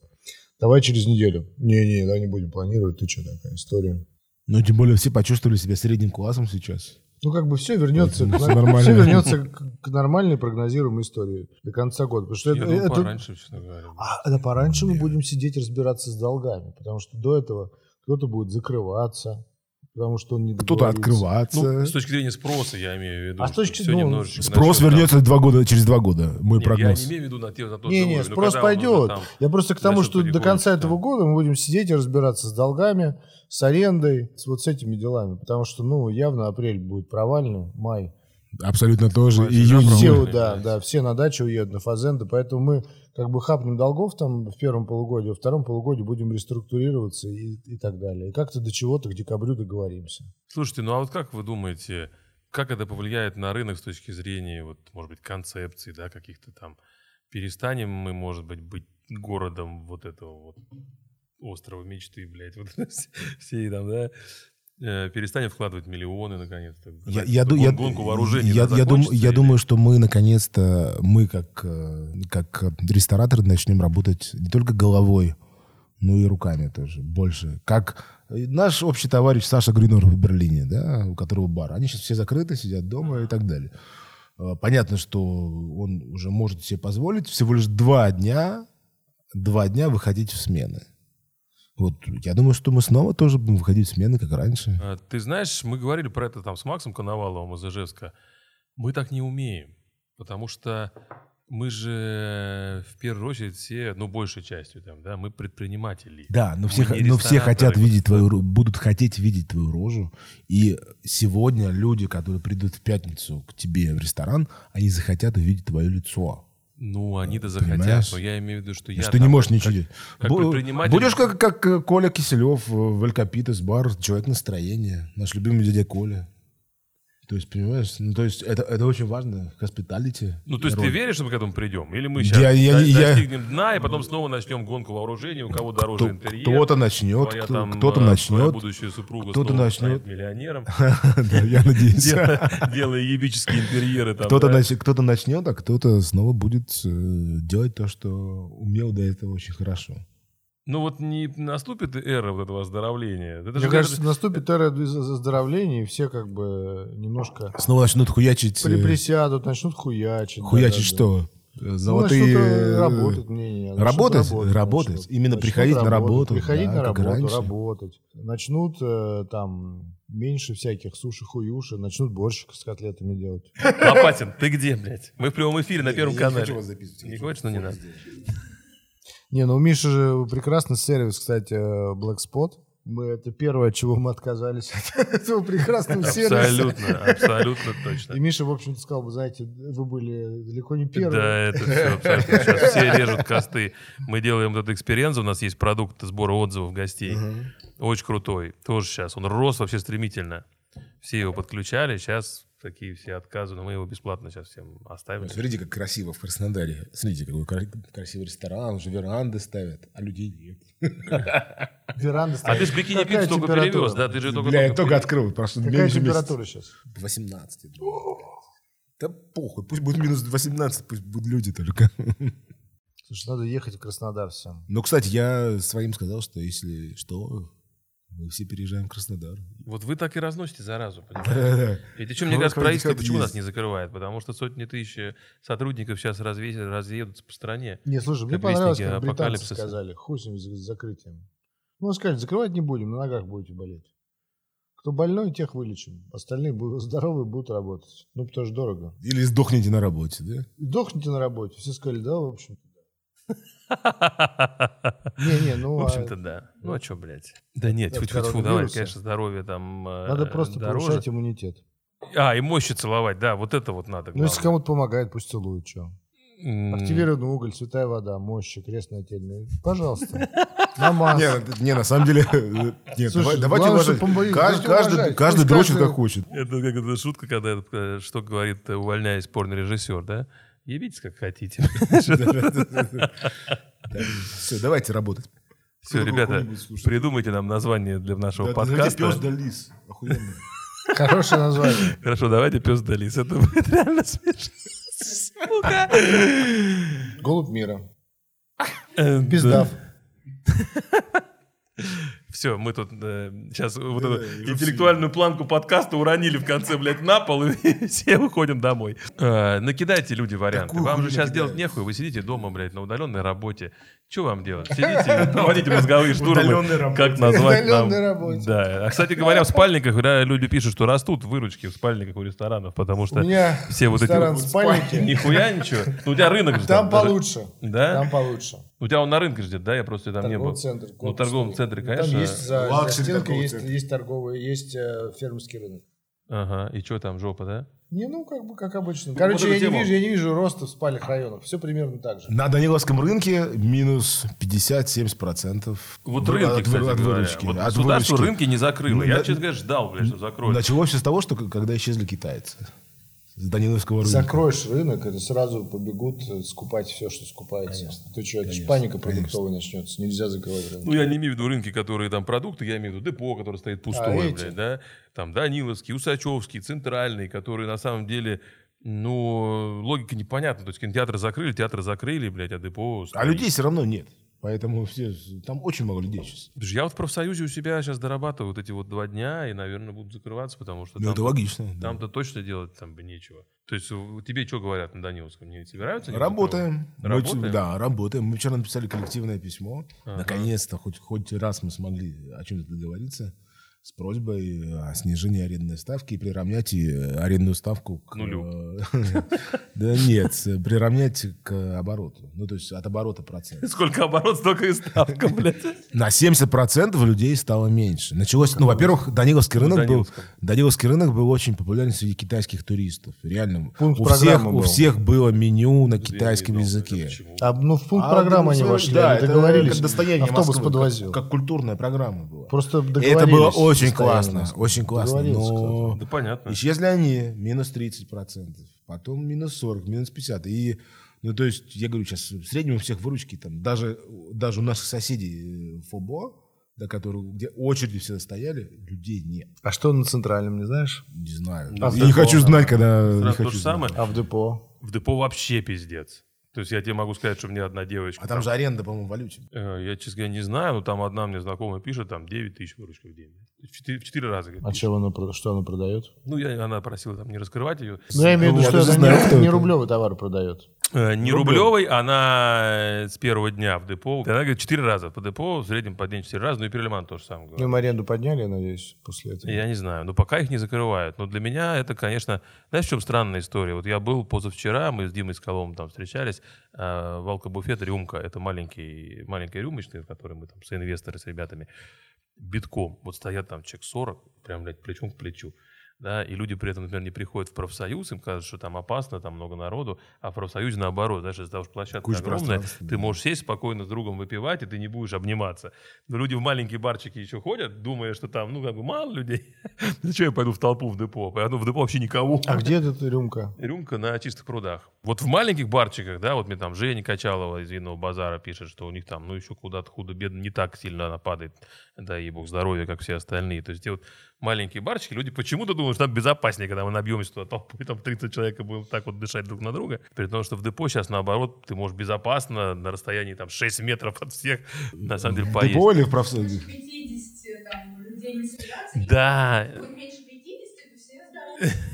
S3: Давай через неделю. Не-не, да, не будем планировать. Ты что, такая история?
S2: Ну, тем более все почувствовали себя средним классом сейчас.
S3: Ну, как бы все вернется, к,
S2: Поэтому всё
S3: нормальной.
S2: нормально.
S3: Все вернется к, к нормальной прогнозируемой истории до конца года. Потому что
S1: Я
S3: Ну, это-
S1: думал,
S3: это-
S1: пораньше, честно говоря.
S3: А да пораньше мы будем сидеть разбираться с долгами, потому что до этого кто-то будет закрываться, потому что он не
S2: Кто-то
S3: договорится.
S2: открываться.
S1: Ну, с точки зрения спроса, я имею в виду.
S3: А с
S1: что
S3: точки-
S1: всё
S3: ну,
S1: немножечко начнёт,
S2: Спрос
S1: да.
S2: вернется два года, через два года. Мой
S1: Нет,
S2: прогноз.
S1: Я не имею в виду на, те- на тот же
S3: Не-не,
S1: уровень, но
S3: спрос
S1: ну, когда он уже
S3: пойдет.
S1: там-
S3: Я просто к тому,
S1: начнет
S3: что до конца
S1: потихонечку,
S3: этого
S1: да.
S3: года мы будем сидеть и разбираться с долгами, с арендой, с вот с этими делами, потому что, ну, явно апрель будет провальным, май.
S2: Абсолютно тоже.
S1: Значит,
S2: Июнь.
S1: завтра
S2: июль.
S1: уже-
S3: Все,
S1: Провальный,
S3: да,
S1: да.
S3: да, все на дачу уедут, на фазенды, поэтому мы как бы хапнем долгов там в первом полугодии, во втором полугодии будем реструктурироваться и, и так далее. И как-то до чего-то к декабрю договоримся.
S1: Слушайте, ну а вот как вы думаете, как это повлияет на рынок с точки зрения, вот, может быть, концепции, да, каких-то там перестанем мы, может быть, быть городом вот этого вот острова мечты, блядь, вот все там, да, Э, перестанем вкладывать миллионы, наконец-то.
S2: Я,
S1: Гон-
S2: я, ду- я-
S1: гонку вооружений.
S2: Я,
S1: да,
S2: я дум-
S1: закончится
S2: я
S1: или-
S2: думаю, что мы наконец-то, мы как, э, как э, рестораторы начнем работать не только головой, но и руками тоже больше. Как э, наш общий товарищ Саша Гринор в Берлине, да, у которого бар. Они сейчас все закрыты, сидят дома и так далее. А, Э, Понятно, что он уже может себе позволить всего лишь два дня, два дня выходить в смены. Вот, я думаю, что мы снова тоже будем выходить в смены, как раньше.
S1: А, Ты знаешь, мы говорили про это там с Максом Коноваловым из Ижевска. Мы так не умеем, потому что мы же в первую очередь все, ну, большей частью там, да, мы предприниматели.
S2: Да, но все,
S1: Мы
S2: х-
S1: не
S2: но все хотят
S1: рестораторы.
S2: видеть твою, ру- будут хотеть видеть твою рожу. И сегодня люди, которые придут в пятницу к тебе в ресторан, они захотят увидеть твое лицо.
S1: Ну, они-то захотят,
S2: Понимаешь? Ну,
S1: но я имею в виду, что я...
S2: что не
S1: там,
S2: можешь
S1: как-
S2: ничего делать.
S1: как
S2: Бу-
S1: предприниматель-
S2: Будешь как, как э, Коля Киселев, э, в Эль Капитес бар, человек настроения, наш любимый дядя Коля. То есть, понимаешь, ну, то есть это, это очень важно, хоспиталити.
S1: Ну, то есть ты
S2: роль.
S1: веришь, что мы к этому придем? Или мы
S2: Я-
S1: сейчас
S2: я- я-
S1: достигнем дна, и потом снова начнем гонку вооружений, у кого дороже
S2: Кто-
S1: интерьер?
S2: Кто-то начнет,
S1: твоя
S2: кто-
S1: там,
S2: кто-то
S1: э, твоя
S2: начнет.
S1: будущая супруга
S2: кто-то
S1: снова
S2: начнет.
S1: станет миллионером,
S2: Да, Я надеюсь.
S1: делая делая ебические интерьеры там.
S2: Кто-то
S1: да.
S2: нач- кто-то начнет, а кто-то снова будет э, делать то, что умел до этого очень хорошо.
S1: Ну вот не наступит эра вот этого оздоровления. Это
S3: Мне
S1: же
S3: кажется,
S1: даже-
S3: наступит
S2: э,
S3: эра из- оздоровления, и все как бы э, немножко
S2: Снова начнут хуячить. э,
S3: приприсядут, начнут хуячить.
S2: Хуячить
S3: да-да-да.
S2: что? Э,
S3: Ну,
S2: Золотые...
S3: начнут, э,
S2: э,
S3: работать, не, не, начнут
S2: работать, работать.
S3: начнут.
S2: Именно приходить на работу,
S3: Приходить
S2: да,
S3: на
S2: как
S3: работу,
S2: раньше.
S3: работать. Начнут э, там меньше всяких суши-хуюши, начнут борщик с котлетами делать.
S1: Лопатин, ты где, блядь? Мы в прямом эфире на Первом
S2: Я
S1: канале.
S2: Не хочу вас записывать. я
S1: Не
S2: хочу
S1: хочешь, ну не надо.
S3: Не, ну у Миши же прекрасный сервис, кстати, э, Black Spot. Мы это первое, от чего мы отказались от этого прекрасного сервиса.
S1: Абсолютно, абсолютно точно.
S3: И Миша, в общем-то, сказал бы, знаете, вы были далеко не
S1: Да,
S3: первые.
S1: это все абсолютно. Сейчас все режут косты. Мы делаем вот этот экспириенс. У нас есть продукт сбора отзывов гостей. Очень крутой. Тоже сейчас. Он рос вообще стремительно. Все его подключали. Сейчас такие все отказы. Но мы его бесплатно сейчас всем оставим.
S2: Вот Смотрите, как красиво в Краснодаре. Смотрите, какой кра- красивый ресторан, уже веранды ставят, а людей нет.
S3: Веранда
S1: А
S3: стоит.
S1: ты же бикини
S3: Какая
S1: пиццу только
S3: температура?
S1: перевез, да? Ты же только...
S2: Бля, я
S1: только
S2: только
S1: перевез.
S2: открыл, прошло
S3: Какая
S2: меньше месяца.
S3: температура сейчас?
S2: 18. я думаю, блядь. Да похуй, пусть будет минус 18, пусть будут люди только.
S3: Слушай, надо ехать в Краснодар всем.
S2: Ну, кстати, я своим сказал, что если что, мы все переезжаем в Краснодар.
S1: Вот вы так и разносите заразу, понимаете?
S2: Да-да-да.
S1: И причем, мне
S2: Ну,
S1: кажется,
S2: как
S1: правительство
S2: десятый
S1: почему
S2: есть.
S1: нас не закрывает? Потому что сотни тысяч сотрудников сейчас разве- разъедутся по стране.
S3: Не, слушай, мне
S1: Как
S3: понравилось,
S1: вестники
S3: как британцы
S1: апокалипсиса.
S3: сказали. Хуй с ним с закрытием. Ну, он скажет, закрывать не будем, на ногах будете болеть. Кто больной, тех вылечим. Остальные будут здоровые, будут работать. Ну, потому что дорого.
S2: Или сдохните на работе, да?
S3: И Дохните на работе. Все сказали, да, в общем. Не-не, ну,
S1: В
S3: а
S1: общем-то, да. Ну, а что, блядь? Да нет,
S3: От
S1: тьфу тьфу фу давай,
S3: коронавируса.
S1: конечно, здоровье там э,
S3: а надо просто
S1: дороже.
S3: повышать иммунитет.
S1: А, и мощи целовать, да, вот это вот надо.
S3: Ну,
S1: главное.
S3: если кому-то помогает, пусть целует, что.
S1: М,
S3: Активированный уголь, святая вода, мощи, крест нательный. Пожалуйста. Намаз.
S1: ну,
S2: Не, не, на самом деле, э, нет,
S3: А Слушай,
S2: давай- давайте
S3: главное,
S2: уважать.
S3: чтобы помои-
S2: Кажд-
S3: давайте
S2: Каждый
S3: уважать.
S2: каждый
S3: Пусть
S2: дрочит,
S3: каждый-
S2: как хочет.
S1: Это как эта шутка, когда этот, э, что говорит, э, увольняясь порно-режиссер, да? Ебитесь как хотите.
S2: Все, давайте работать.
S1: Все, ребята, придумайте нам название для нашего подкаста.
S2: лис. Охуенно.
S3: Хорошее название.
S1: Хорошо, давайте пес Далис. Это будет реально смешно. Сука.
S3: Голубь мира.
S1: Э,
S3: Пиздав.
S1: Все, мы тут сейчас вот
S2: Да-да,
S1: эту
S2: и все.
S1: интеллектуальную планку подкаста уронили в конце, блядь, на пол, и все выходим домой. Э, Накидайте, люди, варианты.
S2: Какую
S1: Вам же
S2: хуйню
S1: сейчас делать
S2: накидают?
S1: нехуй. Вы сидите дома, блядь, на удаленной работе. Что вам делать? Сидите, и проводите мозговые штурмы.
S2: Удаленной
S1: Как назвать нам?
S3: Удаленной работе.
S1: Да. А, кстати говоря, в спальниках да, люди пишут, что растут выручки в спальниках у ресторанов, потому
S3: У
S1: что
S3: меня
S1: все вот эти...
S3: ресторан
S1: вот-
S3: спальники.
S1: Нихуя ничего. Ну, у тебя рынок же
S3: Там
S1: даже-
S3: получше.
S1: Да?
S3: Там получше.
S1: У тебя он на рынке ждет, да? Я просто там не был.
S3: Торговый
S1: Ну,
S3: центр.
S1: в
S3: корпусный.
S1: торговом центре,
S3: Ну, там
S1: конечно.
S3: есть за, за
S2: Лакшери
S3: стенкой
S2: торговый
S3: есть,
S2: центр.
S3: есть торговый, есть э, фермерский рынок.
S1: Ага, и что там, жопа, да?
S3: Не, ну, как бы, как обычно.
S1: Ну,
S3: Короче,
S1: вот Ну. эту
S3: я, не
S1: тему.
S3: вижу, я не вижу роста в спальных районах. Все примерно так же.
S2: На Даниловском рынке минус 50-70%.
S1: Вот
S2: в-
S1: рынки,
S2: от,
S1: кстати
S2: от
S1: говоря.
S2: выручки.
S1: Вот
S2: от
S1: государство
S2: выручки.
S1: рынки не закрыло.
S2: Ну,
S1: Я,
S2: да-
S1: честно говоря, ждал, блядь, что закроют.
S2: Началось все с того, что к- когда исчезли китайцы. С Даниловского рынка.
S3: Закроешь рынок, это сразу побегут э, скупать все, что скупается. Ты что, это ж паника продуктовая начнется. Нельзя закрывать рынок.
S1: Ну, я не имею в виду рынки, которые там продукты, я имею в виду депо, которое стоит пустое,
S3: А, эти?
S1: блядь, да? Там Даниловский, Усачевский, Центральный, которые на самом деле, ну, логика непонятна. То есть кинотеатры закрыли, театры закрыли, блядь, а депо...
S2: А
S1: стоит.
S2: людей все равно нет. Поэтому все, с- там очень много людей сейчас.
S1: Слушай, Я вот в профсоюзе у себя сейчас дорабатываю вот эти вот два дня, и, наверное, будут закрываться, потому что там-
S2: Ну, логично. да.
S1: там-то точно делать там бы нечего. То есть у- тебе что говорят на Даниловском? Не собираются? они
S2: Работаем. Мы
S1: Работаем?
S2: вч- да, работаем. Мы вчера написали коллективное письмо.
S1: Ага.
S2: Наконец-то, хоть, хоть раз мы смогли о чем-то договориться с просьбой о снижении арендной ставки и приравнять и арендную ставку к...
S1: Нулю.
S2: э, Да нет, э, приравнять к обороту. Ну, то есть от оборота процент.
S1: Сколько оборот, столько и ставка, блядь.
S2: На 70% людей стало меньше. Началось, ну, во-первых, Даниловский
S1: На
S2: рынок был,
S1: Даниловском.
S2: Даниловский рынок был очень популярен среди китайских туристов. Реально,
S3: Пункт
S2: у всех,
S3: программы
S2: у
S3: был.
S2: всех было меню на китайском языке.
S3: А, ну, в пункт
S2: А,
S3: программы они
S2: ну,
S3: вошли,
S2: да,
S3: они
S2: это
S3: договорились.
S2: как достояние
S3: Автобус
S2: Москвы,
S3: подвозил.
S2: Как, как культурная программа была.
S3: Просто
S2: И
S3: договорились.
S2: это было очень
S3: постоянно.
S2: классно, очень классно.
S3: Договорились,
S2: Но
S1: Да понятно.
S2: исчезли они минус 30%, потом минус 40, минус 50. И, ну, то есть, я говорю, сейчас в среднем у всех выручки, там, даже, даже у наших соседей э, ФОБО, до которых, где очереди все стояли, людей нет.
S3: А что на центральном, не знаешь?
S2: Не знаю.
S3: А в
S2: я не
S3: таком,
S2: хочу
S3: да.
S2: знать, когда... не
S1: Раз
S2: хочу
S1: то же
S2: знать.
S1: самое.
S3: А в депо?
S1: В депо вообще пиздец. То есть я тебе могу сказать, что мне одна девочка...
S2: А там же аренда, по-моему, в валюте.
S1: Э, Я, честно говоря, не знаю, но там одна мне знакомая пишет, там 9 тысяч выручка в день. В 4, раза. говорит,
S3: А
S1: пишет.
S3: чем она, прода- что она продает?
S1: Ну, я, она просила там не раскрывать ее.
S3: Ну, я имею в виду,
S2: Я
S3: что
S2: даже
S3: она
S2: знаю, кто
S3: не, не
S2: это.
S3: рублевый товар продает.
S1: Э, Не рублевой,
S3: Рублёвой.
S1: она э, с первого дня в депо. Она говорит, 4 раза по депо, в среднем по день 4 раза, ну и Перельман тоже сам
S3: Ну,
S1: говорит.
S3: им аренду подняли, я надеюсь, после этого.
S1: Я не знаю, но пока их не закрывают. Но для меня это, конечно, знаешь, в чем странная история? Вот я был позавчера, мы с Димой Скалом там встречались, э, в алкобуфет «Рюмка», это маленький, маленькая рюмочная, в которой мы там с инвесторы, с ребятами, битком, вот стоят там человек 40, прям, блядь, плечом к плечу, да, и люди при этом, например, не приходят в профсоюз, им кажется, что там опасно, там много народу, а в профсоюзе наоборот, даже из-за того, что площадка
S2: Куча
S1: огромная,
S2: пространства,
S1: ты
S2: да.
S1: можешь сесть спокойно с другом выпивать, и ты не будешь обниматься. Но люди в маленькие барчики еще ходят, думая, что там, ну, как бы мало людей, зачем я пойду в толпу в депо, поэтому в депо вообще никого.
S3: А где эта рюмка?
S1: Рюмка на чистых прудах. Вот в маленьких барчиках, да, вот мне там Женя Качалова из Винного базара пишет, что у них там, ну, еще куда-то худо-бедно не так сильно она падает, да, и бог здоровья, как все остальные. То есть те вот маленькие барчики, люди почему-то думают, что там безопаснее, когда мы набьемся туда толпой, там 30 человек и будем так вот дышать друг на друга. При том, что в депо сейчас, наоборот, ты можешь безопасно на расстоянии там 6 метров от всех, на самом деле,
S2: Ты
S1: поесть.
S2: понял в профсоюзе?
S4: 50 там, людей не собираться, и
S1: Да,
S4: будет меньше 50, то все здоровы.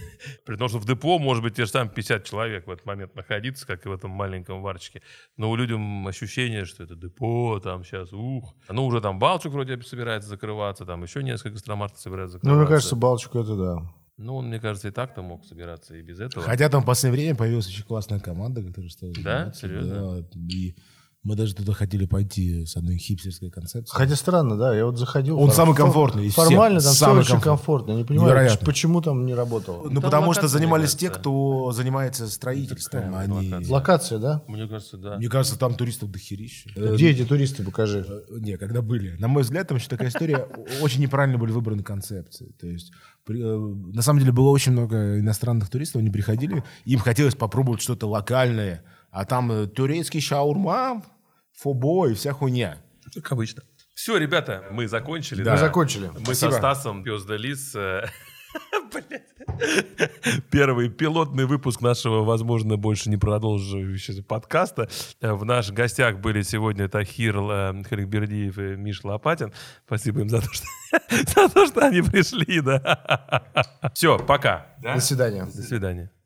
S1: При том, что в депо может быть те же самые 50 человек в этот момент находиться, как и в этом маленьком варчике. Но у людей ощущение, что это депо, там сейчас ух. Ну, уже там Балчук вроде собирается закрываться, там еще несколько стромартов собираются
S3: Ну,
S1: закрываться.
S3: мне кажется, Балчик это да.
S1: Ну, он, мне кажется, и так-то мог собираться и без этого.
S2: Хотя там в последнее время появилась очень классная команда, которая стала
S1: Да?
S2: заниматься,
S1: Серьезно?
S2: да. и мы даже туда хотели пойти с одной хипстерской концепцией.
S3: Хотя странно, да, я вот заходил.
S2: Он
S3: фор-
S2: самый
S3: фор-
S2: комфортный из всех.
S3: Формально там
S2: Самый
S3: все очень
S2: комфортный.
S3: комфортно. Я не понимаю,
S2: Невероятно.
S3: почему там не работало.
S2: Ну,
S1: Там
S2: потому что
S1: локация
S2: занимались
S1: занимается.
S2: те, кто занимается строительством. а
S1: Такая вот
S2: Они...
S1: локация.
S3: Локация, да?
S1: Мне кажется, да.
S2: Мне кажется, там туристов дохерища.
S3: Где эти туристы, покажи.
S2: Э, Не, когда были. На мой взгляд, там еще такая история, очень неправильно были выбраны концепции. То есть, при- э, на самом деле, было очень много иностранных туристов, они приходили, им хотелось попробовать что-то локальное, а там э, турецкий шаурма, фобо и вся хуйня.
S1: Как обычно. Все, ребята, мы закончили.
S2: Да.
S3: Мы закончили.
S1: Мы
S2: Спасибо.
S1: со Стасом Пес да Лис. э, блядь. Первый пилотный выпуск нашего, возможно, больше не продолжившегося подкаста. Э, В наших гостях были сегодня Тахир э, Халикбердиев и Миш Лопатин. Спасибо им за то, что, за то, что они пришли. Да. Все, пока.
S3: До свидания.
S1: До свидания.